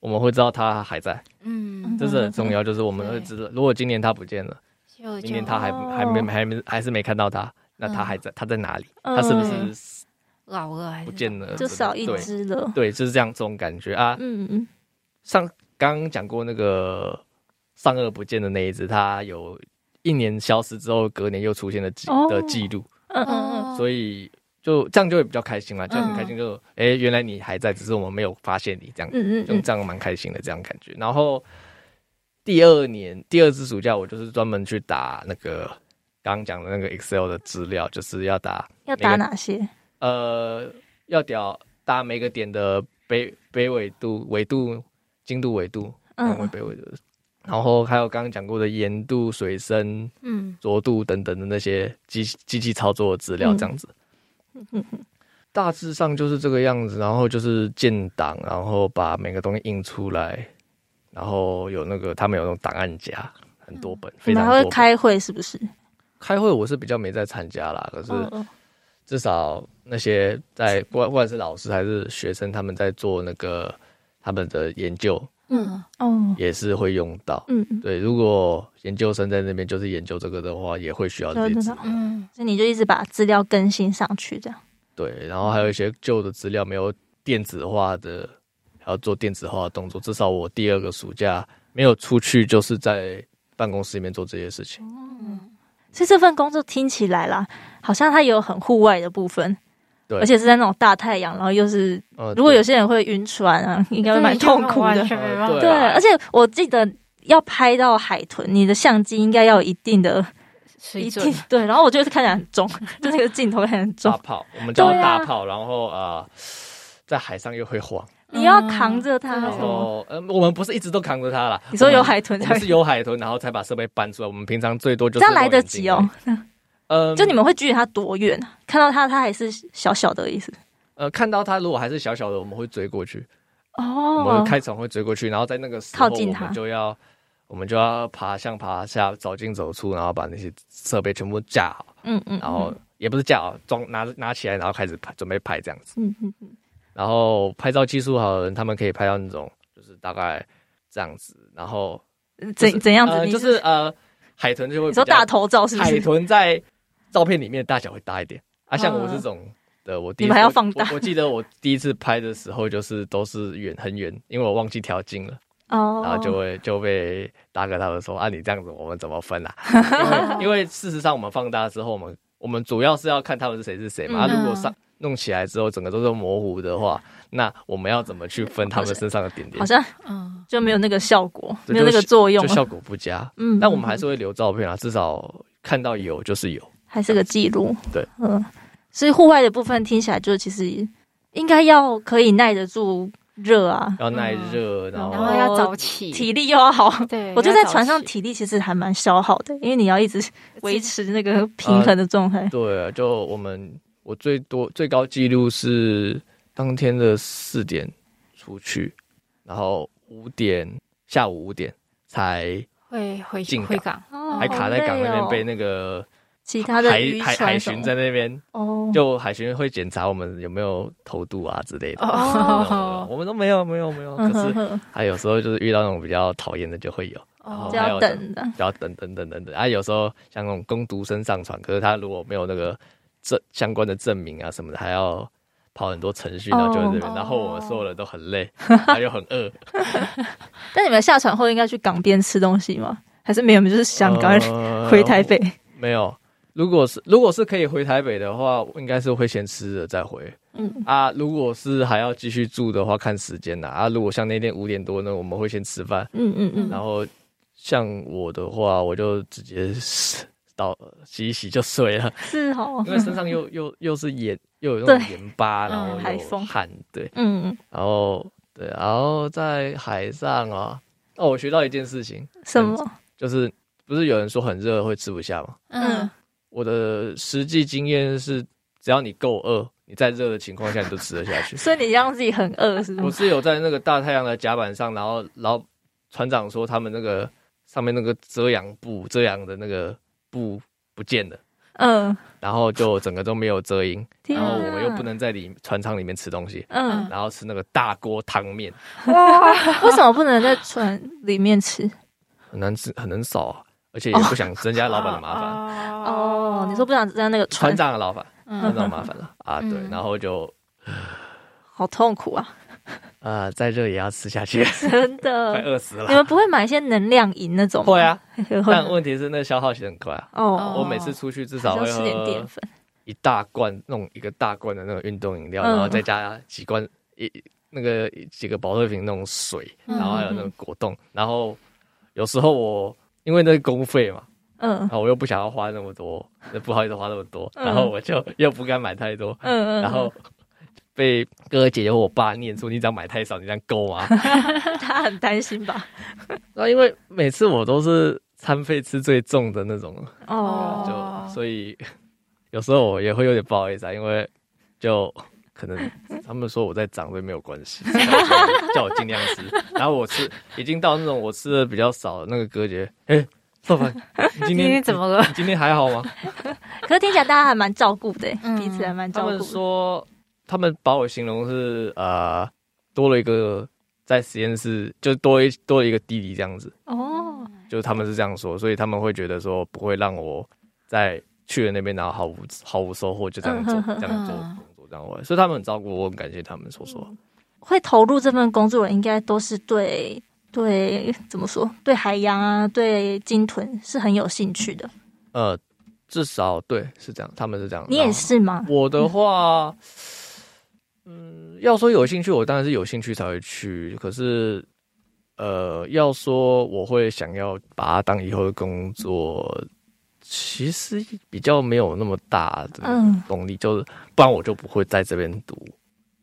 Speaker 1: 我们会知道他还在，
Speaker 3: 嗯，
Speaker 1: 这是很重要。就是我们会知道，如果今年他不见了，
Speaker 3: 就
Speaker 1: 明年他还
Speaker 4: 哦
Speaker 1: 还没还没还是没看到他，那他还在，他在哪里？
Speaker 4: 嗯
Speaker 1: 他是不是
Speaker 3: 老了还是
Speaker 1: 不见了？
Speaker 4: 就少一
Speaker 1: 对
Speaker 4: 只了。
Speaker 1: 对，就是这样这种感觉啊。
Speaker 4: 嗯嗯，
Speaker 1: 上刚刚讲过那个上颚不见的那一只，它有一年消失之后，隔年又出现了记
Speaker 4: 哦
Speaker 1: 的记录，
Speaker 4: 嗯嗯
Speaker 3: 哦
Speaker 1: 所以就这样就会比较开心啦，就很
Speaker 3: 嗯
Speaker 1: 开心，就诶，原来你还在，只是我们没有发现你这样，
Speaker 4: 嗯嗯
Speaker 1: 就
Speaker 4: 嗯
Speaker 1: 这样蛮开心的这样感觉。然后第二年第二次暑假，我就是专门去打那个刚刚讲的那个 Excel 的资料，就是要打
Speaker 4: 要
Speaker 1: 每
Speaker 4: 打
Speaker 1: 个
Speaker 4: 哪些？
Speaker 1: 呃，要屌打每个点的北北纬度、纬度、经度、纬度，
Speaker 4: 嗯
Speaker 1: 南纬、北纬度，然后还有刚刚讲过的盐度、水深、
Speaker 3: 嗯
Speaker 1: 浊度等等的那些机机器操作的资料，
Speaker 4: 嗯
Speaker 1: 这样子。
Speaker 4: 嗯
Speaker 1: 大致上就是这个样子，然后就是建档，然后把每个东西印出来，然后有那个他们有那种档案夹，很多本，
Speaker 4: 你
Speaker 1: 非
Speaker 4: 们
Speaker 1: 常
Speaker 4: 还
Speaker 1: 多
Speaker 4: 嗯会
Speaker 1: 本。
Speaker 4: 开会是不是？
Speaker 1: 开会我是比较没在参加啦，可是
Speaker 4: 嗯嗯
Speaker 1: 至少那些在不管不管是老师还是学生，他们在做那个他们的研究，
Speaker 3: 嗯，
Speaker 4: 哦，
Speaker 1: 也是会用到。
Speaker 4: 嗯嗯，
Speaker 1: 对，如果研究生在那边就是研究这个的话，也会需要这些资料
Speaker 4: 对对。
Speaker 3: 嗯
Speaker 4: 所以你就一直把资料更新上去，这样。
Speaker 1: 对，然后还有一些旧的资料没有电子化的，还要做电子化的动作。至少我第二个暑假没有出去，就是在办公室里面做这些事情。
Speaker 3: 嗯，
Speaker 4: 所以这份工作听起来啦，好像它有很户外的部分，
Speaker 1: 对
Speaker 4: 而且是在那种大太阳，然后又是
Speaker 1: 呃，
Speaker 4: 如果有些人会晕船啊，应该会蛮痛苦的。
Speaker 1: 全没办法
Speaker 4: 对，而且我记得要拍到海豚，你的相机应该要有一定的
Speaker 3: 水
Speaker 4: 一
Speaker 3: 准
Speaker 4: 定 对，然后我觉得看起来很重， 就那个镜头看起来很重
Speaker 1: 大，炮，我们叫
Speaker 4: 对啊
Speaker 1: 大炮，然后啊、呃在海上又会晃。
Speaker 4: 你要扛着它
Speaker 3: 嗯
Speaker 1: 然
Speaker 4: 什么？
Speaker 1: 后，嗯，我们不是一直都扛着它啦。
Speaker 4: 你说
Speaker 1: 我们
Speaker 4: 有海豚
Speaker 1: 我
Speaker 4: 才
Speaker 1: 们是有海豚，然后才把设备搬出来。我们平常最多就是
Speaker 4: 这样来得及
Speaker 1: 望
Speaker 4: 哦
Speaker 1: 远镜。而已。嗯，
Speaker 4: 就你们会距离它多远啊？看到它，它还是小小的意思。
Speaker 1: 呃，看到它如果还是小小的，我们会追过去。我
Speaker 4: 哦
Speaker 1: 们，开船会追过去，然后在那个时候，
Speaker 4: 靠近
Speaker 1: 我
Speaker 4: 它
Speaker 1: 们就要我们就要爬上爬下，走进走出，然后把那些设备全部架好，
Speaker 4: 嗯嗯，
Speaker 1: 然后也不是架好，装拿拿起来，然后开始拍，准备拍这样子。
Speaker 4: 嗯嗯
Speaker 1: 然后拍照技术好的人，他们可以拍到那种就是大概这样子，然后
Speaker 4: 嗯怎怎样子？
Speaker 1: 呃
Speaker 4: 你
Speaker 1: 就是呃，海豚就会
Speaker 4: 你说
Speaker 1: 比较
Speaker 4: 大头照是不
Speaker 1: 海
Speaker 4: 是？
Speaker 1: 豚在照片里面的大小会大一点啊，像我
Speaker 4: 嗯
Speaker 1: 这种的，我第一
Speaker 4: 你们还要放大
Speaker 1: 我我我记得我第一次拍的时候，就是都是远很远，因为我忘记调近了，
Speaker 4: 哦，
Speaker 1: 然后就会就被大哥他们说啊，你这样子我们怎么分啊？因 为因为事实上我们放大之后，我们我们主要是要看他们是谁是谁嘛。啊
Speaker 4: 嗯
Speaker 1: 如果上弄起来之后，整个都是模糊的话，那我们要怎么去分他们身上的点点
Speaker 4: 好？像
Speaker 3: 嗯
Speaker 4: 就没有那个效果，
Speaker 1: 对
Speaker 4: 没有那个
Speaker 1: 就
Speaker 4: 作用
Speaker 1: 就
Speaker 4: 了。
Speaker 1: 效果不佳。
Speaker 4: 嗯，
Speaker 1: 但我们
Speaker 4: 嗯
Speaker 1: 还是会留照片啊，至少看到有就是有。
Speaker 4: 还是个记录。
Speaker 1: 对，
Speaker 4: 嗯，所以户外的部分听起来就其实应该要可以耐得住热啊，
Speaker 1: 要耐热，
Speaker 4: 嗯
Speaker 1: 然
Speaker 3: 然
Speaker 1: 后
Speaker 3: 后要早起，
Speaker 4: 体力又要好。
Speaker 3: 对，
Speaker 4: 我觉得在船
Speaker 3: 要
Speaker 4: 上
Speaker 3: 早
Speaker 4: 体
Speaker 3: 起
Speaker 4: 力其实还蛮消耗的，因为你要一直维持那个平衡的状态。
Speaker 1: 对，啊就我们我最多最高纪录是当天的四点出去，然后五点下午五点才
Speaker 3: 会回
Speaker 1: 进港
Speaker 3: 回港，
Speaker 4: 哦
Speaker 1: 呃还卡在港那
Speaker 4: 好累
Speaker 1: 边
Speaker 4: 哦
Speaker 1: 被那个
Speaker 4: 其他
Speaker 1: 海
Speaker 4: 的渔
Speaker 1: 海海
Speaker 4: 船什
Speaker 1: 巡
Speaker 4: 么
Speaker 1: 在那边，
Speaker 4: 哦，
Speaker 1: 就海巡会检查我们有没有偷渡啊之类的。啊
Speaker 3: 哦
Speaker 1: 我们都没有没有没有，
Speaker 4: 嗯
Speaker 1: 可
Speaker 4: 哼
Speaker 1: 是
Speaker 4: 哼，
Speaker 1: 他有时候就是遇到那种比较讨厌的就会有，然
Speaker 3: 哦
Speaker 1: 后
Speaker 4: 就
Speaker 1: 还
Speaker 4: 要
Speaker 1: 有
Speaker 4: 等的。
Speaker 1: 就要等等等等等啊。有时候像那种工读生上船，可是他如果没有那个证相关的证明啊什么的，还要跑很多程序，然后就在这边，
Speaker 3: 哦
Speaker 1: 然后我们所有人都很累， 他又很饿，
Speaker 4: 但你们下船后应该去港边吃东西吗？还是没有？你们就是想赶快
Speaker 1: 呃
Speaker 4: 回台北？
Speaker 1: 没有。如果是如果是可以回台北的话，我应该是会先吃了再回
Speaker 4: 嗯，
Speaker 1: 啊。如果是还要继续住的话，看时间啦啊。如果像那天五点多呢，我们会先吃饭，
Speaker 4: 嗯嗯嗯，
Speaker 1: 然后像我的话，我就直接 到洗一洗就睡了。
Speaker 4: 是哦
Speaker 1: 因，为身上又又又是盐，又有那种
Speaker 4: 对
Speaker 1: 盐巴，然
Speaker 3: 嗯
Speaker 1: 后
Speaker 4: 海
Speaker 1: 有
Speaker 4: 风
Speaker 1: 汗，对，
Speaker 4: 嗯，
Speaker 1: 然后对，然后在海上啊，哦，我学到一件事情，
Speaker 4: 什么？。
Speaker 1: 嗯就是不是有人说很热会吃不下吗？
Speaker 3: 嗯
Speaker 1: 我的实际经验是，只要你够饿，你在热的情况下你都吃得下去
Speaker 4: 所以你让自己很饿，是
Speaker 1: 我
Speaker 4: 吗？
Speaker 1: 是有在那个大太阳的甲板上，然后然后船长说他们那个上面那个遮阳布遮阳的那个布不见了，
Speaker 4: 嗯
Speaker 1: 然后就整个都没有遮阴，
Speaker 4: 天
Speaker 1: 然
Speaker 4: 啊
Speaker 1: 后我们又不能在里船舱里面吃东西，
Speaker 4: 嗯，
Speaker 1: 然后吃那个大锅汤面，
Speaker 4: 为什么不能在船里面吃？
Speaker 1: 很难吃，很难少、啊，而且也不想增加老板的麻烦，
Speaker 5: 烦
Speaker 4: 哦，你说不想在那个
Speaker 1: 船
Speaker 4: 船
Speaker 1: 长的老板，船
Speaker 4: 嗯，
Speaker 1: 长麻烦了啊，对，然后就
Speaker 4: 好痛苦啊，
Speaker 1: 啊再热也要吃下去，
Speaker 4: 真
Speaker 1: 快
Speaker 4: 的。
Speaker 1: 饿死
Speaker 4: 你
Speaker 1: 了。
Speaker 4: 们不会买一些能量饮那种吗？
Speaker 1: 会啊，
Speaker 4: 会
Speaker 1: 但问题是那消耗其实很快啊，
Speaker 4: 哦，
Speaker 1: 我每次出去至
Speaker 4: 还
Speaker 1: 少
Speaker 4: 是要
Speaker 1: 会
Speaker 4: 吃点淀
Speaker 1: 喝
Speaker 4: 粉。
Speaker 1: 一大罐，弄一个大罐的那种运动饮料，
Speaker 4: 嗯
Speaker 1: 然后再加几罐一那个几个保特瓶那种水，
Speaker 4: 嗯
Speaker 1: 然后还有那种果冻，然后有时候我因为那是公费嘛，
Speaker 4: 嗯
Speaker 1: 啊然后我又不想要花那么多，那不好意思花那么多，
Speaker 4: 嗯
Speaker 1: 然后我就又不敢买太多，
Speaker 4: 嗯嗯，
Speaker 1: 然后被哥哥姐姐或我爸念出你这样买太少，你这样够吗？
Speaker 4: 他很担心吧？
Speaker 1: 那因为每次我都是餐费吃最重的那种，
Speaker 4: 哦，
Speaker 1: 就所以 有时候我也会有点不好意思啊，因为就可能他们说我在长，所以没有关系，叫我尽量吃。然后我吃已经到那种我吃的比较少的那个隔绝，哎、少凡，你今
Speaker 5: 今
Speaker 1: 天
Speaker 5: 天怎么了？
Speaker 1: 你今天还好吗？
Speaker 4: 可是听起来大家还蛮照顾的，欸
Speaker 3: 嗯
Speaker 4: 彼此还蛮
Speaker 1: 他
Speaker 4: 照顾
Speaker 1: 们
Speaker 4: 的。
Speaker 1: 说他们把我形容是呃多了一个在实验室，就多一多了一个弟弟这样子。
Speaker 4: 哦，
Speaker 1: 就是他们是这样说，所以他们会觉得说不会让我在去了那边然后毫无毫无收获，就这样做
Speaker 4: 嗯哼哼
Speaker 1: 这样做
Speaker 3: 嗯
Speaker 1: 工作这样玩，所以他们很照顾我，我很感谢他们。说实话，
Speaker 4: 嗯会投入这份工作的人，应该都是对对怎么说？对海洋啊，对鲸豚是很有兴趣的。
Speaker 1: 呃，至少对是这样，他们是这样。
Speaker 4: 你也是吗
Speaker 1: 然？后我的话，嗯，要说有兴趣，我当然是有兴趣才会去，可是。呃，要说我会想要把它当以后的工作，其实比较没有那么大的
Speaker 4: 嗯，
Speaker 1: 动力，就是不然我就不会在这边读心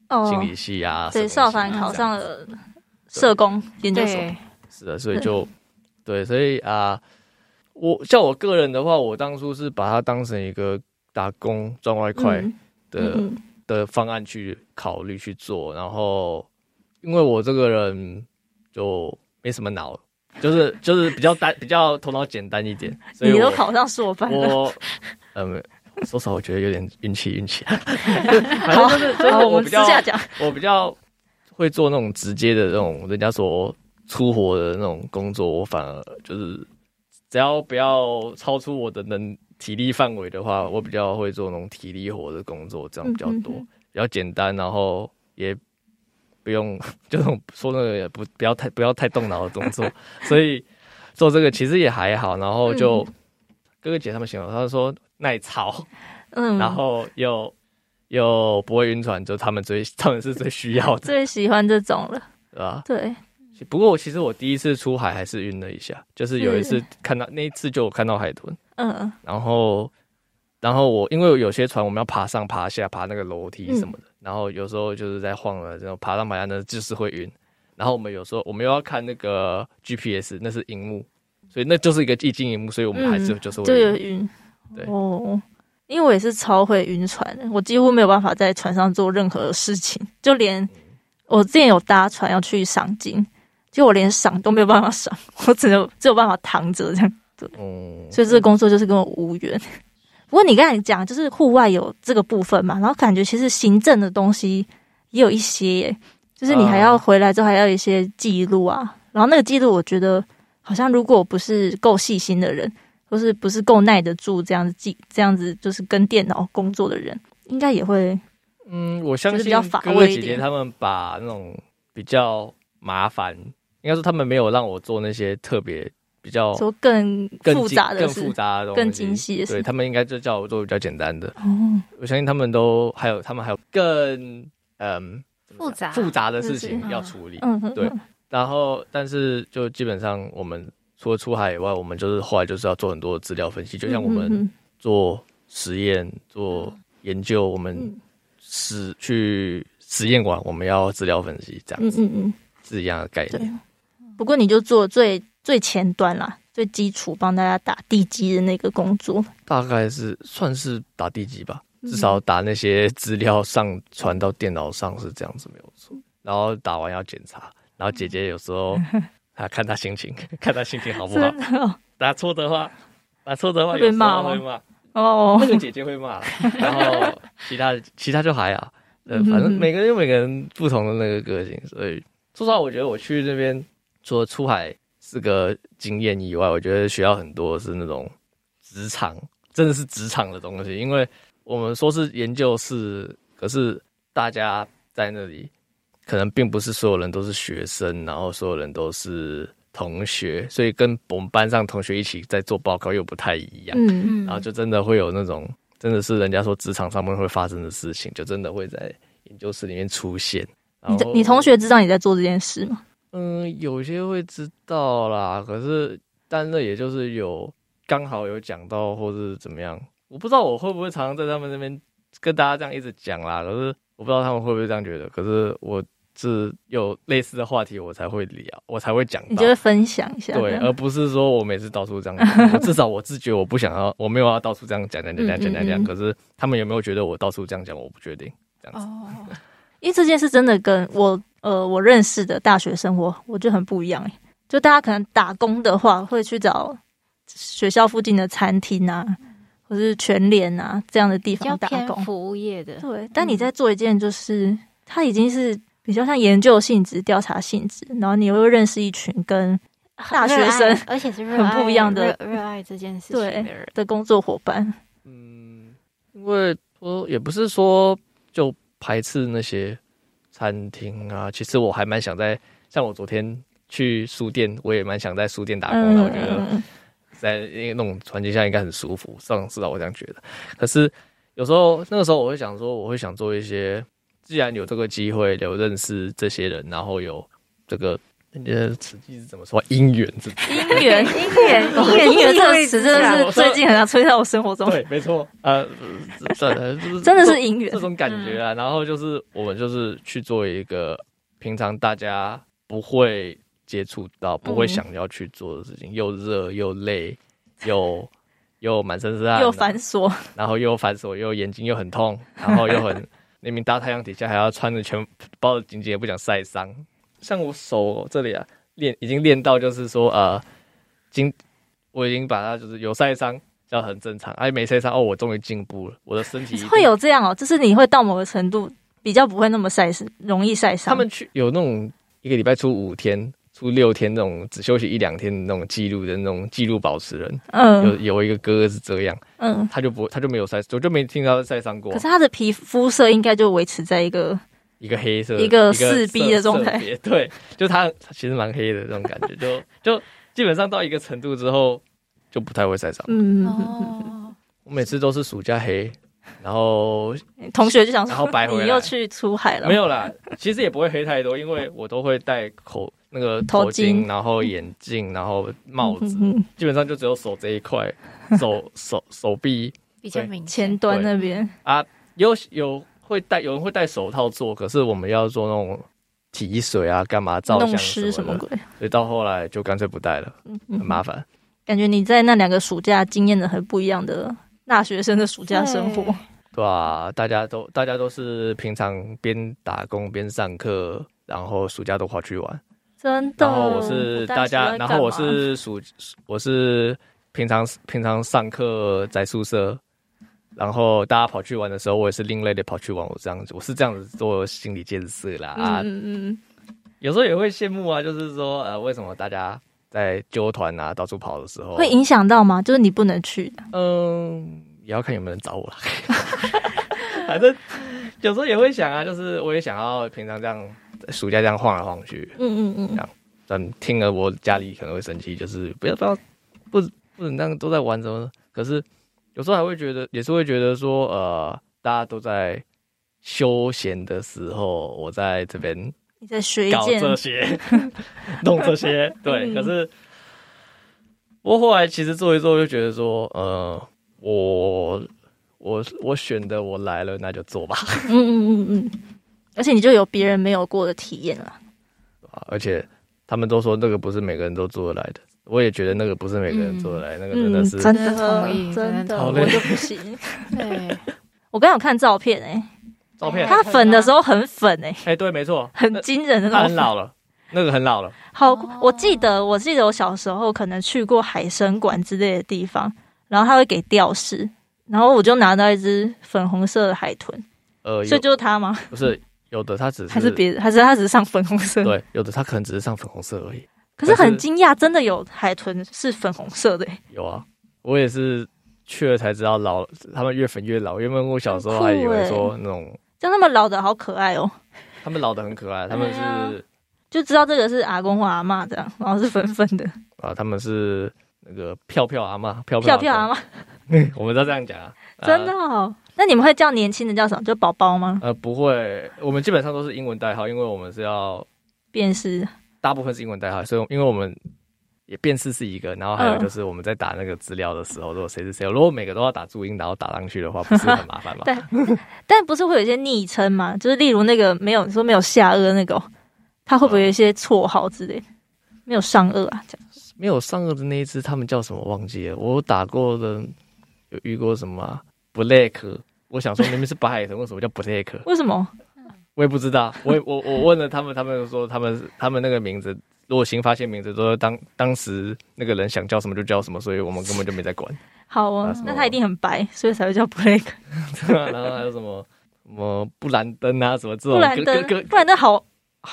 Speaker 4: 哦，
Speaker 1: 理系啊，
Speaker 4: 对，
Speaker 1: 社工
Speaker 4: 少
Speaker 1: 系啊
Speaker 4: 凡考
Speaker 1: 这样
Speaker 4: 上了嗯社工研究所。
Speaker 5: 对，
Speaker 1: 是的，所以就对，所以啊、我像我个人的话，我当初是把它当成一个打工赚外快
Speaker 4: 嗯
Speaker 1: 的、
Speaker 4: 嗯嗯
Speaker 1: 的方案去考虑去做，然后因为我这个人就没什么脑，就是就是比较单比较头脑简单一 点，所以
Speaker 4: 你都
Speaker 1: 我
Speaker 4: 考上硕班了，
Speaker 1: 我嗯。说实话，我觉得有点运气，运 气。 反正就是，就是
Speaker 4: 好，
Speaker 1: 我
Speaker 4: 哦们
Speaker 1: 比
Speaker 4: 私
Speaker 1: 较
Speaker 4: 下讲。
Speaker 1: 我比较会做那种直接的那种人家所出活的那种工作，我反而就是只要不要超出我的能体力范围的话，我比较会做那种体力活的工作，这样比较多，
Speaker 4: 嗯嗯
Speaker 1: 比较简单，然后也不用就那种说那个也不不要太不要太动脑的动作，所以做这个其实也还好，然后就。哥哥姐他们形容，他们说耐操，
Speaker 4: 嗯，
Speaker 1: 然后又又不会晕船，就他们最 他们是最需要的，
Speaker 4: 最喜欢这种了。
Speaker 1: 对吧？
Speaker 4: 对，
Speaker 1: 不过我其实我第一次出海还是晕了一下，就是有一次
Speaker 4: 是
Speaker 1: 看到那一次就有看到海豚，
Speaker 4: 嗯
Speaker 1: 然后然后我因为有些船我们要爬上爬下爬那个楼梯什
Speaker 4: 嗯
Speaker 1: 么的，然后有时候就是在晃了，然后爬上爬下呢就是会晕，然后我们有时候我们又要看那个 GPS，那是荧幕。所以那就是一个一镜荧幕，所以我们还是
Speaker 4: 嗯
Speaker 1: 就是
Speaker 4: 就
Speaker 1: 会
Speaker 4: 有
Speaker 1: 晕。
Speaker 4: 晕。
Speaker 1: 对
Speaker 4: 哦，因为我也是超会晕船的，我几乎没有办法在船上做任何事情，就
Speaker 1: 嗯
Speaker 4: 连我之前有搭船要去赏金，就我连赏都没有办法赏， 我只能只有办法躺着这样。
Speaker 1: 嗯，
Speaker 4: 所以这个工作就是跟我无缘。不过你刚才讲就是户外有这个部分嘛，然后感觉其实行政的东西也有一些耶，就是你还要
Speaker 1: 啊
Speaker 4: 回来之后还要有一些记录啊。然后那个记录，我觉得好像如果不是够细心的人，或是不是够耐得住这样子记，这样子就是跟电脑工作的人，应该也会
Speaker 1: 嗯，我相
Speaker 4: 就是
Speaker 1: 信
Speaker 4: 比较乏
Speaker 1: 哥哥
Speaker 4: 味一
Speaker 1: 姐姐
Speaker 4: 点
Speaker 1: 他们把那种比较麻烦，应该说他们没有让我做那些特别比较
Speaker 4: 说更
Speaker 1: 哦更
Speaker 4: 复
Speaker 1: 精
Speaker 4: 杂的
Speaker 1: 更
Speaker 4: 事
Speaker 1: 复。杂的东西，
Speaker 4: 更精细的事
Speaker 1: 对他们应该就叫我做比较简单的。
Speaker 4: 哦，
Speaker 1: 我相信他们都还有他们还有更嗯
Speaker 5: 复杂
Speaker 1: 复杂的事
Speaker 5: 就
Speaker 1: 情
Speaker 5: 是
Speaker 1: 要处理。
Speaker 4: 嗯，嗯
Speaker 1: 对，然后但是就基本上我们除了出海以外，我们就是后来就是要做很多资料分析，就像我们
Speaker 4: 嗯嗯
Speaker 1: 做实验、做研究，我们
Speaker 4: 嗯
Speaker 1: 实去实验馆，我们要资料分析，这样
Speaker 4: 嗯
Speaker 1: 子
Speaker 4: 嗯嗯
Speaker 1: 是一样的概念。
Speaker 4: 嗯。不过你就做最最前端啦，最基础帮大家打地基的那个工作。
Speaker 1: 大概是算是打地基吧，
Speaker 4: 嗯
Speaker 1: 至少打那些资料上传到电脑上是这样子没有错。然后打完要检查，然后姐姐有时 候她 看她心情，看她心情好不好。
Speaker 4: 真的哦
Speaker 1: 打错的话，打错的话
Speaker 4: 会被
Speaker 1: 有时候
Speaker 4: 骂吗
Speaker 1: 会骂，
Speaker 4: 哦
Speaker 1: 那，个姐姐会 骂啦，然后其他其他就还好，呃，
Speaker 4: 嗯
Speaker 1: 反正每个人有每个人不同的那个个性，所以说实话，我觉得我去那边除了出海是个经验以外，我觉得学到很多是那种职场，真的是职场的东西，因为我们说是研究室，可是大家在那里可能并不是所有人都是学生，然后所有人都是同学，所以跟我们班上同学一起在做报告又不太一样。
Speaker 4: 嗯，
Speaker 1: 然后就真的会有那种，真的是人家说职场上面会发生的事情，就真的会在研究室里面出现。然
Speaker 4: 你
Speaker 1: 后
Speaker 4: 你同，学知道你在做这件事吗？
Speaker 1: 嗯，有些会知道啦，可是但那也就是有刚好有讲到，或是怎么样，我不知道我会不会常常在他们那边跟大家这样一直讲啦，可是我不知道他们会不会这样觉得，可是我是有类似的话题我才会聊，我才会讲到。
Speaker 4: 你就会分享一下，
Speaker 1: 对，呃
Speaker 4: 这样
Speaker 1: 而不是说我每次到处这样讲。我至少我自觉我不想要，我没有要到处这样讲讲讲讲讲讲
Speaker 4: 嗯嗯
Speaker 1: 讲。
Speaker 4: 嗯
Speaker 1: 可是他们有没有觉得我到处这样讲，我不确定。这样子，
Speaker 2: 哦，
Speaker 4: 因为这件事真的跟我呃我认识的大学生活，我觉得很不一样诶。就大家可能打工的话，会去找学校附近的餐厅啊，或是全联啊这样的地
Speaker 3: 比 较
Speaker 4: 方打
Speaker 3: 偏
Speaker 4: 工。
Speaker 3: 服务业的，
Speaker 4: 对，但你在做一件就是，它已经是比较像研究性质、调查性质，然后你又会认识一群跟大
Speaker 3: 热
Speaker 4: 学
Speaker 3: 爱
Speaker 4: 生
Speaker 3: 而且是热
Speaker 4: 很不
Speaker 3: 爱
Speaker 4: 一样的
Speaker 3: 热热爱这件事情
Speaker 4: 对
Speaker 3: 的人。
Speaker 4: 的工作伙伴。
Speaker 1: 嗯，因为说也不是说就排斥那些餐厅啊，其实我还蛮想在，像我昨天去书店，我也蛮想在书店打工的。我觉得
Speaker 4: 嗯
Speaker 1: 在那种环境下应该很舒服，上至少我这样觉得。可是有时候那个时候我会想说，我会想做一些，既然有这个机会，有认识这些人，然后有这个呃，实际是怎么说姻缘是？
Speaker 4: 姻缘，
Speaker 2: 姻缘，
Speaker 4: 姻
Speaker 2: 姻
Speaker 4: 缘
Speaker 2: 缘
Speaker 4: 这
Speaker 2: 这
Speaker 4: 个
Speaker 2: 个
Speaker 4: 词真
Speaker 2: 词真
Speaker 4: 的
Speaker 2: 的
Speaker 4: 是最近很常出现在我生活中，
Speaker 1: 对，没错，呃，呃算了，就是
Speaker 4: 真的是姻缘
Speaker 1: 这。种感觉啊。然后就是我们就是去做一个平常大家不会接触到、不
Speaker 4: 嗯
Speaker 1: 会想要去做的事情，又热又累又。又满身是汗，啊
Speaker 4: 又繁琐，
Speaker 1: 然后又繁琐，又眼睛又很 痛，然后又很明明大太阳底下还要穿着全包的紧紧，也不想晒伤。像我手这里啊，练已经练到就是说呃，今我已经把它就是有晒伤，这样很正常。哎，没晒伤哦，我终于进步了，我的身体已经
Speaker 4: 会。有这样哦，就是你会到某个程度比较不会那么晒，容易晒伤。
Speaker 1: 他们去有那种一个礼拜出五天、出六天那种只休息一两天的那种记录的那种记录保持人，有
Speaker 4: 嗯
Speaker 1: 有一个哥哥是这样，
Speaker 4: 嗯，
Speaker 1: 他就不他就没有晒，我就没听到他晒伤过啊
Speaker 4: 可是。他的皮肤色应该就维持在一个
Speaker 1: 一个黑色，
Speaker 4: 一个四 B 的状态
Speaker 1: 色别对，就它其实蛮黑的这种感觉，就就基本上到一个程度之后就不太会晒伤。
Speaker 4: 嗯，
Speaker 2: 哦，
Speaker 1: 我每次都是暑假黑，然 后
Speaker 4: 同学就想说，
Speaker 1: 然后白回来
Speaker 4: 你又去出海了，
Speaker 1: 没有啦，其实也不会黑太多，因为我都会戴口那个头
Speaker 4: 头巾
Speaker 1: 然后眼镜，然后帽子，
Speaker 4: 嗯嗯
Speaker 1: 基本上就只有手这一块，手手手臂
Speaker 3: 比较
Speaker 1: 对
Speaker 3: 明
Speaker 4: 前
Speaker 3: 显。
Speaker 4: 端那边，
Speaker 1: 啊，有有会戴，有人会戴手套做，可是我们要做那种提水啊，干嘛照
Speaker 4: 弄
Speaker 1: 相
Speaker 4: 湿
Speaker 1: 什
Speaker 4: 什
Speaker 1: 么
Speaker 4: 么
Speaker 1: 的。
Speaker 4: 鬼，
Speaker 1: 所以到后来就干脆不带了，
Speaker 4: 嗯
Speaker 1: 很麻烦。
Speaker 4: 感觉你在那两个暑假经验了很不一样的大学生的暑假生活
Speaker 3: 对。
Speaker 1: 对啊，大家都大家都是平常边打工边上课，然后暑假都跑去玩。
Speaker 4: 真的。
Speaker 1: 然后我是
Speaker 4: 不带
Speaker 1: 大家，
Speaker 4: 出来
Speaker 1: 然
Speaker 4: 干
Speaker 1: 后我
Speaker 4: 嘛
Speaker 1: 是暑我是平常平常上课在宿舍，然后大家跑去玩的时候，我也是另类的跑去玩。我这样子，我是这样子做心理建设啦。啊
Speaker 4: 嗯嗯嗯，
Speaker 1: 有时候也会羡慕啊，就是说呃，为什么大家在纠团啊到处跑的时候，
Speaker 4: 会影响到吗？就是你不能去的，
Speaker 1: 嗯，也要看有没有人找我啦。反正有时候也会想啊，就是我也想要平常这样暑假这样晃来晃去，
Speaker 4: 嗯嗯嗯，
Speaker 1: 但听了我家里可能会生气，就是不要不要不不能这样都在玩什么的。可是有时候还会觉得，也是会觉得说，呃，大家都在休闲的时候，我在这边
Speaker 4: 你在学一
Speaker 1: 搞
Speaker 4: 件
Speaker 1: 这些， 弄这些，对。
Speaker 4: 嗯
Speaker 1: 可是我后来其实做一做，就觉得说，呃，我我我选的我来了，那就做吧。
Speaker 4: 嗯嗯嗯嗯，而且你就有别人没有过的体验了。
Speaker 1: 而且他们都说那个不是每个人都做得来的，我也觉得那个不是每个人做得来，那个真的是。
Speaker 4: 嗯真
Speaker 3: 真的同
Speaker 4: 真
Speaker 3: 意真的
Speaker 4: 的，
Speaker 1: 同意
Speaker 4: 我就不行。
Speaker 3: 对，
Speaker 4: 我刚刚有看照片哎、
Speaker 1: 照片，
Speaker 4: 他粉的时候很粉哎、
Speaker 1: 哎、对，没错，
Speaker 4: 很惊人的
Speaker 1: 那
Speaker 4: 那
Speaker 1: 很
Speaker 4: 种。
Speaker 1: 老了，那个很老了。
Speaker 4: 好，
Speaker 1: 哦
Speaker 4: 我记得我记得我小时候可能去过海参馆之类的地方，然后他会给吊饰，然后我就拿到一只粉红色的海豚，
Speaker 1: 呃，
Speaker 4: 所
Speaker 1: 有
Speaker 4: 以就是它吗？
Speaker 1: 不是有的它只是
Speaker 4: 还是别的？还是它只是上粉红色？
Speaker 1: 对，有的它可能只是上粉红色而已。
Speaker 4: 可是
Speaker 1: 但
Speaker 4: 很
Speaker 1: 是
Speaker 4: 惊讶，真的有海豚是粉红色的欸耶、
Speaker 1: 有啊，我也是去了才知道老，他们越粉越老。原本我小时候还以
Speaker 4: 欸
Speaker 1: 为说那种
Speaker 4: 像他们老的好可爱哦、
Speaker 1: 他们老的很可爱，他们是
Speaker 4: 对啊就知道这个是阿公或阿妈这样，然后是粉粉的
Speaker 1: 啊，他们是那个票票阿妈，票票
Speaker 4: 票票阿
Speaker 1: 妈，
Speaker 4: 妈，
Speaker 1: 我们都这样讲啊，啊
Speaker 4: 真的。哦。那你们会叫年轻的叫什么？就宝宝吗？
Speaker 1: 呃，不会，我们基本上都是英文代号，因为我们是要
Speaker 4: 便是？
Speaker 1: 大部分是英文代号，所以因为我们也辨识是一个，然后还有就是我们在打那个资料的时候，如果谁是谁，如果每个都要打注音，然后打上去的话，不是很麻烦吗
Speaker 4: 对但不是会有一些昵称吗？就是例如那个没有你说没有下颚那个哦，他会不会有一些绰号之类的？没有上颚啊，这样
Speaker 1: 没有上颚的那一只，他们叫什么忘记了？我打过的有遇过什么、啊、black，我想说明明是白海豚，为什么叫 black？
Speaker 4: 为什么？
Speaker 1: 我也不知 道，我也我我问了他们，他们说他们他们那个名字，如果新发现名字，都是当当时那个人想叫什么就叫什么，所以我们根本就没在管。
Speaker 4: 好哦
Speaker 1: 啊什，么
Speaker 4: 那他一定很白，所以才会叫 Black。
Speaker 1: 然后还有什么什么布兰登啊，什么这
Speaker 4: 布
Speaker 1: 种
Speaker 4: 兰
Speaker 1: 各
Speaker 4: 登，
Speaker 1: 各
Speaker 4: 布兰登好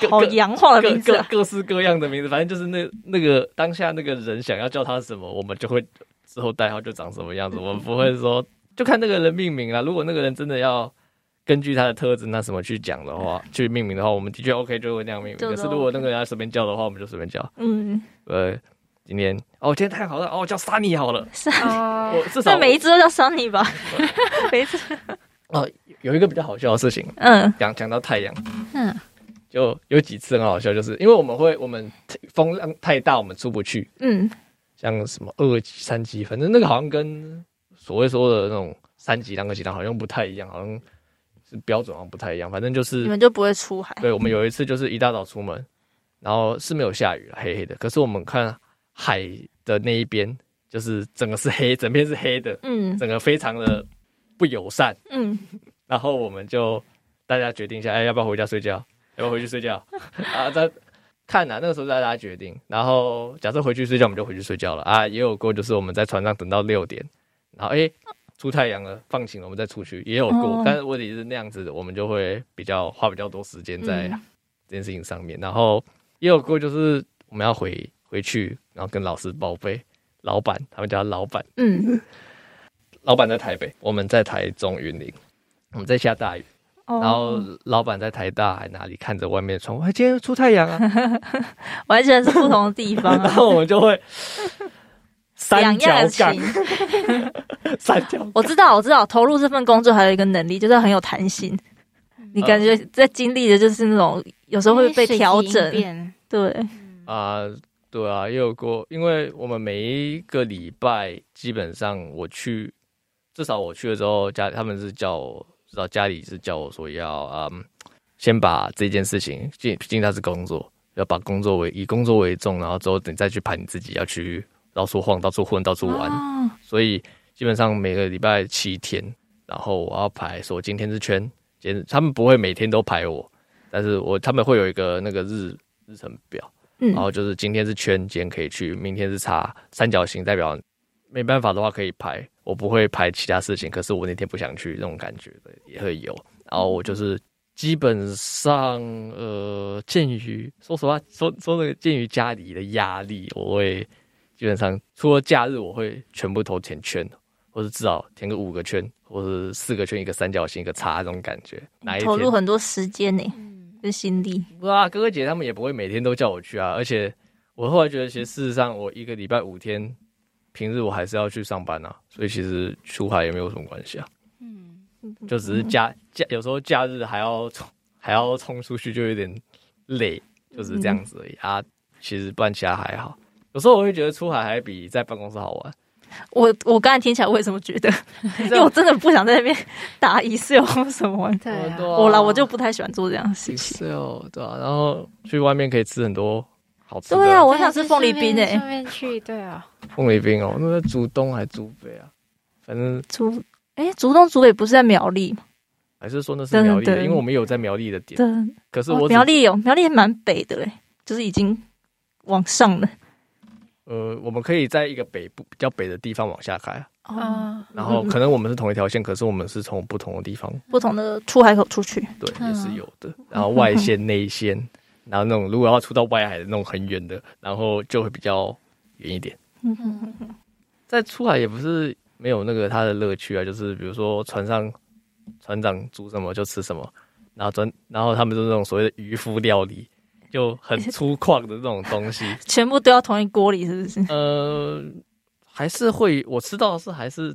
Speaker 1: 各
Speaker 4: 好
Speaker 1: 各
Speaker 4: 洋化的
Speaker 1: 各
Speaker 4: 名字
Speaker 1: 各
Speaker 4: 啊。
Speaker 1: 各式各样的名字，反正就是那那个当下那个人想要叫他什么，我们就会之后代号就长什么样子，我们不会说就看那个人命名啊。如果那个人真的要根据他的特征那什么去讲的话，去命名的话，我们的确 OK 就会那样命名。
Speaker 4: 就都
Speaker 1: 可是如果那个人要随便叫的话，我们就随便叫。
Speaker 4: 嗯，
Speaker 1: 呃，今天哦，今天太好了，哦，叫萨尼好了，
Speaker 4: 是啊，
Speaker 3: 哦
Speaker 1: 我至少
Speaker 4: 那每一只都叫 Sunny 吧？每一只，
Speaker 1: 哦有一个比较好笑的事情，
Speaker 4: 嗯
Speaker 1: 讲讲到太阳。
Speaker 3: 嗯，
Speaker 1: 就有几次很好笑，就是因为我们会，我们风浪太大，我们出不去，
Speaker 4: 嗯，
Speaker 1: 像什么二级、三级，反正那个好像跟所谓说的那种三级、两个级好像不太一样，好像是标准好像不太一样。反正就
Speaker 4: 你
Speaker 1: 是，
Speaker 4: 们就不会出海？
Speaker 1: 对我们有一次就是一大早出门，然后是没有下雨，黑黑的，可是我们看海的那一边，就是整个是黑，整片是黑的，
Speaker 4: 嗯
Speaker 1: 整个非常的不友善。
Speaker 4: 嗯，
Speaker 1: 然后我们就大家决定一下，哎，要不要回家睡觉？要不要回去睡觉？ 啊，在看啊，那个时候大家决定。然后假设回去睡觉，我们就回去睡觉了啊。也有过就是我们在船上等到六点，然后哎出太阳了，放晴了，我们再出去，也有过。
Speaker 4: 哦
Speaker 1: 但是问题是那样子，我们就会比较花比较多时间在
Speaker 4: 嗯
Speaker 1: 这件事情上面。然后也有过就是我们要回回去，然后跟老师报备，老板他们叫他老板。
Speaker 4: 嗯，
Speaker 1: 老板在台北，我们在台中云林，我们在下大雨，
Speaker 4: 哦
Speaker 1: 然后老板在台大还哪里看着外面的窗户，哎，今天出太阳啊，
Speaker 4: 完全是不同的地方
Speaker 1: 然
Speaker 4: 啊，
Speaker 1: 后我们就会 三
Speaker 4: 两
Speaker 1: 角
Speaker 4: 样的情
Speaker 1: 杠，。三角
Speaker 4: 我知道，我知道，投入这份工作还有一个能力，就是很有弹性。
Speaker 1: 嗯
Speaker 4: 你感觉在经历的就是那种有时候会被调
Speaker 1: 嗯
Speaker 3: 随机应
Speaker 4: 整，
Speaker 3: 变
Speaker 4: 对，
Speaker 1: 啊、对啊，也有过，因为我们每一个礼拜基本上我去，至少我去了之后，家他们是叫我，至少家里是叫我说要嗯，先把这件事情，毕毕竟它是工作，要把工作为以工作为重，然后之后你再去盘你自己要去到处晃、到处混、到处玩，
Speaker 4: 哦
Speaker 1: 所以基本上每个礼拜七天，然后我要排说今天是圈，今天他们不会每天都排我，但是我他们会有一个那个日日程表。然
Speaker 4: 嗯
Speaker 1: 后就是今天是圈，今天可以去，明天是叉三角形，代表没办法的话可以排，我不会排其他事情，可是我那天不想去，那种感觉的也会有。然后我就是基本上呃，鉴于说实话，说说那个鉴于家里的压力，我会基本上除了假日，我会全部投填圈，或是至少填个五个圈，或是四个圈，一个三角形，一个叉那种感觉。哪一天
Speaker 4: 投入很多时间呢，
Speaker 3: 嗯
Speaker 4: 跟心力。
Speaker 1: 不啊，哥哥姐他们也不会每天都叫我去啊。而且我后来觉得，其实事实上我一个礼拜五天，平日我还是要去上班啊，所以其实出海也没有什么关系啊。嗯，就只是假假有时候假日还要冲还要冲出去，就有点累，就是这
Speaker 4: 嗯
Speaker 1: 样子而已、啊。其实不然其他还好，有时候我会觉得出海还比在办公室好 玩。
Speaker 2: 我我刚才听起来，我也这么觉 得，因为我真的不想在那边打 Excel 什么的。
Speaker 3: 对啊，
Speaker 4: 我啦，我就不太喜欢做这样的事情。
Speaker 1: 是哦，对啊，然后去外面可以吃很多好吃的，
Speaker 4: 对啊，我想吃凤梨冰诶、
Speaker 3: 顺便去，对啊，
Speaker 1: 凤梨冰哦，那在竹东还竹北啊，反正
Speaker 4: 竹诶，竹东竹北不是在苗栗吗？
Speaker 1: 还是说那是苗栗
Speaker 4: 噔噔
Speaker 1: 的？因为我们有在苗栗的点，
Speaker 4: 对，
Speaker 1: 可是
Speaker 4: 哦
Speaker 1: 我只
Speaker 4: 苗栗有苗栗也蛮北的嘞，就是已经往上了。
Speaker 1: 呃，我们可以在一个北部比较北的地方往下开啊，
Speaker 3: 嗯
Speaker 4: 哦，
Speaker 1: 然后可能我们是同一条线，可是我们是从不同的地方，
Speaker 4: 不同的出海口出去，
Speaker 1: 对，
Speaker 3: 嗯
Speaker 1: 也是有的。然后外线、内线，然后那种如果要出到外海的那种很远的，然后就会比较远一点。
Speaker 3: 嗯
Speaker 1: 在出海也不是没有那个它的乐趣啊，就是比如说船上船长煮什么就吃什么，然后专然后他们就是那种所谓的渔夫料理，就很粗犷的那种东西。
Speaker 4: 全部丢到同一锅里，是不是？
Speaker 1: 呃，还是会我吃到的是还是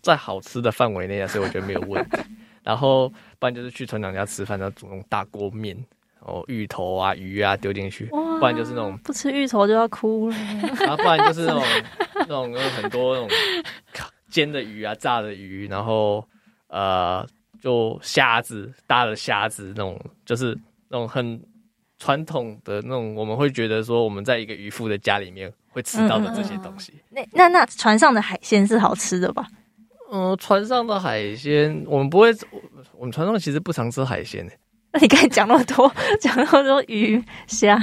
Speaker 1: 在好吃的范围内啊，所以我觉得没有问题。然后不然就是去船长家吃饭，然后煮那种大锅面，然后芋头啊、鱼啊丢进去，
Speaker 4: 哇
Speaker 1: 不然就是那种，
Speaker 4: 不吃芋头就要哭了。
Speaker 1: 然后不然就是那种那种有很多那种煎的鱼啊、炸的鱼，然后呃就虾子、大的虾子那种，就是那种很传统的那种，我们会觉得说我们在一个渔夫的家里面会吃到的这些东西。
Speaker 4: 那那那船上的海鲜是好吃的吧？
Speaker 1: 嗯、船上的海鲜，我们不会，我我们船上其实不常吃海鲜诶，
Speaker 4: 那你刚才讲那么多， 讲那么多鱼虾，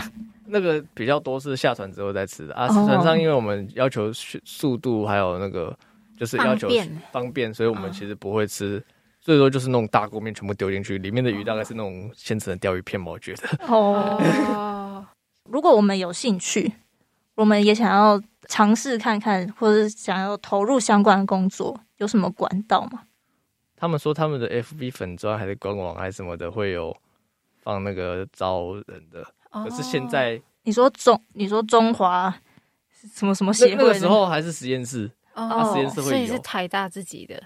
Speaker 1: 那个比较多是下船之后再吃的啊。
Speaker 4: 哦
Speaker 1: 船上因为我们要求速速度，还有那个就是要求
Speaker 3: 方便
Speaker 1: 方便，所以我们其实不会吃。最多就是那种大锅面全部丢进去，里面的鱼大概是那种现成的鲷鱼片吧，我觉得。
Speaker 4: 哦， 如果我们有兴趣，我们也想要尝试看看，或者是想要投入相关的工作，有什么管道吗？
Speaker 1: 他们说他们的 FB 粉砖还是官网还是什么的会有放那个招人的，可是现在
Speaker 4: 你说中，你说中华什么什么
Speaker 1: 那
Speaker 4: 协
Speaker 1: 那
Speaker 4: 会
Speaker 1: 个
Speaker 4: 的
Speaker 1: 时候还是实验室，
Speaker 4: 哦
Speaker 1: 啊
Speaker 4: 那
Speaker 1: 实验室
Speaker 5: 所
Speaker 1: 会
Speaker 5: 以是
Speaker 1: 有，
Speaker 5: 台大自己的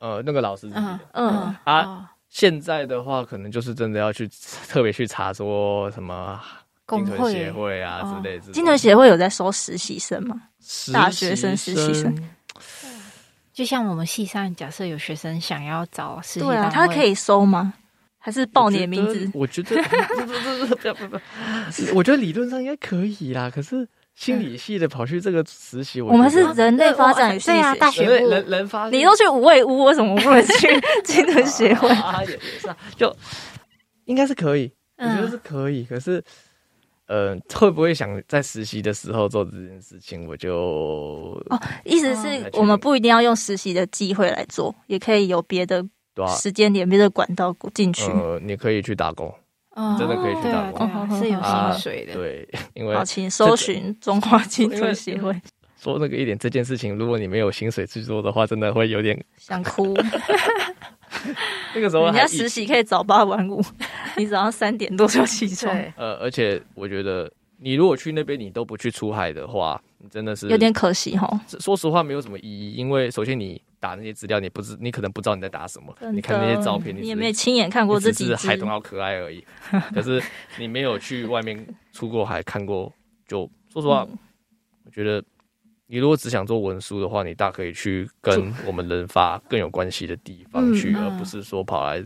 Speaker 1: 呃，那个老师自己的
Speaker 5: 嗯
Speaker 4: 嗯，
Speaker 1: 啊，
Speaker 5: 哦
Speaker 1: 现在的话，可能就是真的要去特别去查说什么
Speaker 3: 工
Speaker 1: 金屯协
Speaker 3: 会
Speaker 1: 会啊
Speaker 5: 哦
Speaker 1: 之类的。
Speaker 4: 金屯协会有在收实习生吗？
Speaker 1: 实习
Speaker 4: 大学生实习生，
Speaker 3: 就像我们系上，假设有学生想要找实习单
Speaker 4: 对
Speaker 3: 位，
Speaker 4: 啊，他可以收吗？还是报你的名字？
Speaker 1: 我觉得，我觉得不要不要不要，我觉得理论上应该可以啦。可是心理系的跑去这个实习，
Speaker 4: 我们是
Speaker 1: 觉得哎
Speaker 4: 人类发展与心
Speaker 3: 对
Speaker 4: 理
Speaker 3: 啊，
Speaker 4: 学
Speaker 3: 大
Speaker 1: 人
Speaker 3: 学
Speaker 1: 类
Speaker 3: 部
Speaker 1: 人人发
Speaker 4: 你都去五味屋，为什么不能去金屯协 会？
Speaker 1: 啊也也是啊，就应该是可以，我觉得是可以。可是，呃，会不会想在实习的时候做这件事情？我就
Speaker 4: 意思
Speaker 1: 嗯
Speaker 4: 是我们不一定要用实习的机会来做，也可以有别的
Speaker 1: 对啊，
Speaker 4: 时间点、别的管道进去。
Speaker 1: 呃，你可以去打工。
Speaker 5: 哦
Speaker 1: 真的可以去
Speaker 5: 对啊
Speaker 1: 打工
Speaker 5: 对啊是有薪水的，
Speaker 1: 对，因为
Speaker 4: 好，请搜寻中华青
Speaker 1: 因为
Speaker 4: 春 协会。
Speaker 1: 说那个一点这件事情，如果你没有薪水去做的话，真的会有点
Speaker 4: 想哭，
Speaker 1: 那个时候
Speaker 4: 人家
Speaker 1: 还
Speaker 4: 实习可以早八晚五，你早上三点多就起床，
Speaker 5: 对，
Speaker 1: 呃，而且我觉得你如果去那边你都不去出海的话，你真的是
Speaker 4: 有点可惜哈。
Speaker 1: 说实话没有什么意义，因为首先你打那些资料，你不知你可能不知道你在打什么，你看那些照片，
Speaker 4: 你
Speaker 1: 只
Speaker 4: 也
Speaker 1: 是
Speaker 4: 没亲眼看
Speaker 1: 你
Speaker 4: 过这
Speaker 1: 只
Speaker 4: 几
Speaker 1: 是海啊
Speaker 4: 只
Speaker 1: 东，好可爱 而已，可是你没有去外面出过海看过，就说实
Speaker 5: 嗯
Speaker 1: 话，我觉得。你如果只想做文书的话，你大可以去跟我们人发更有关系的地方去，
Speaker 5: 嗯
Speaker 1: 而不是说跑来，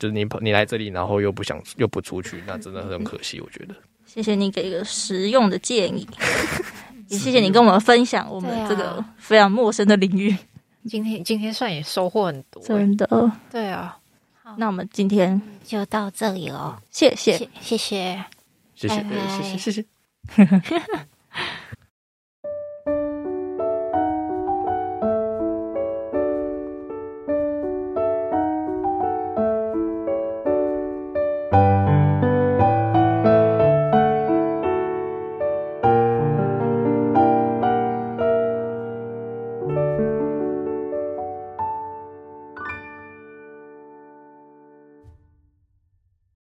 Speaker 1: 就是你跑你来这里，然后又不想又不出去，那真的很可惜。我觉得
Speaker 4: 谢谢你给一个实用的建 议，也谢谢你跟我们分享我们这
Speaker 3: 对
Speaker 4: 个
Speaker 3: 啊
Speaker 4: 非常陌生的领域，
Speaker 5: 今天今天算也收获很多，
Speaker 4: 真的。
Speaker 5: 对啊，
Speaker 4: 那我们今天
Speaker 3: 就到这里喽，
Speaker 4: 谢谢
Speaker 3: 谢谢谢。
Speaker 5: 哎
Speaker 1: 谢谢，
Speaker 3: 拜拜
Speaker 1: 谢谢谢谢。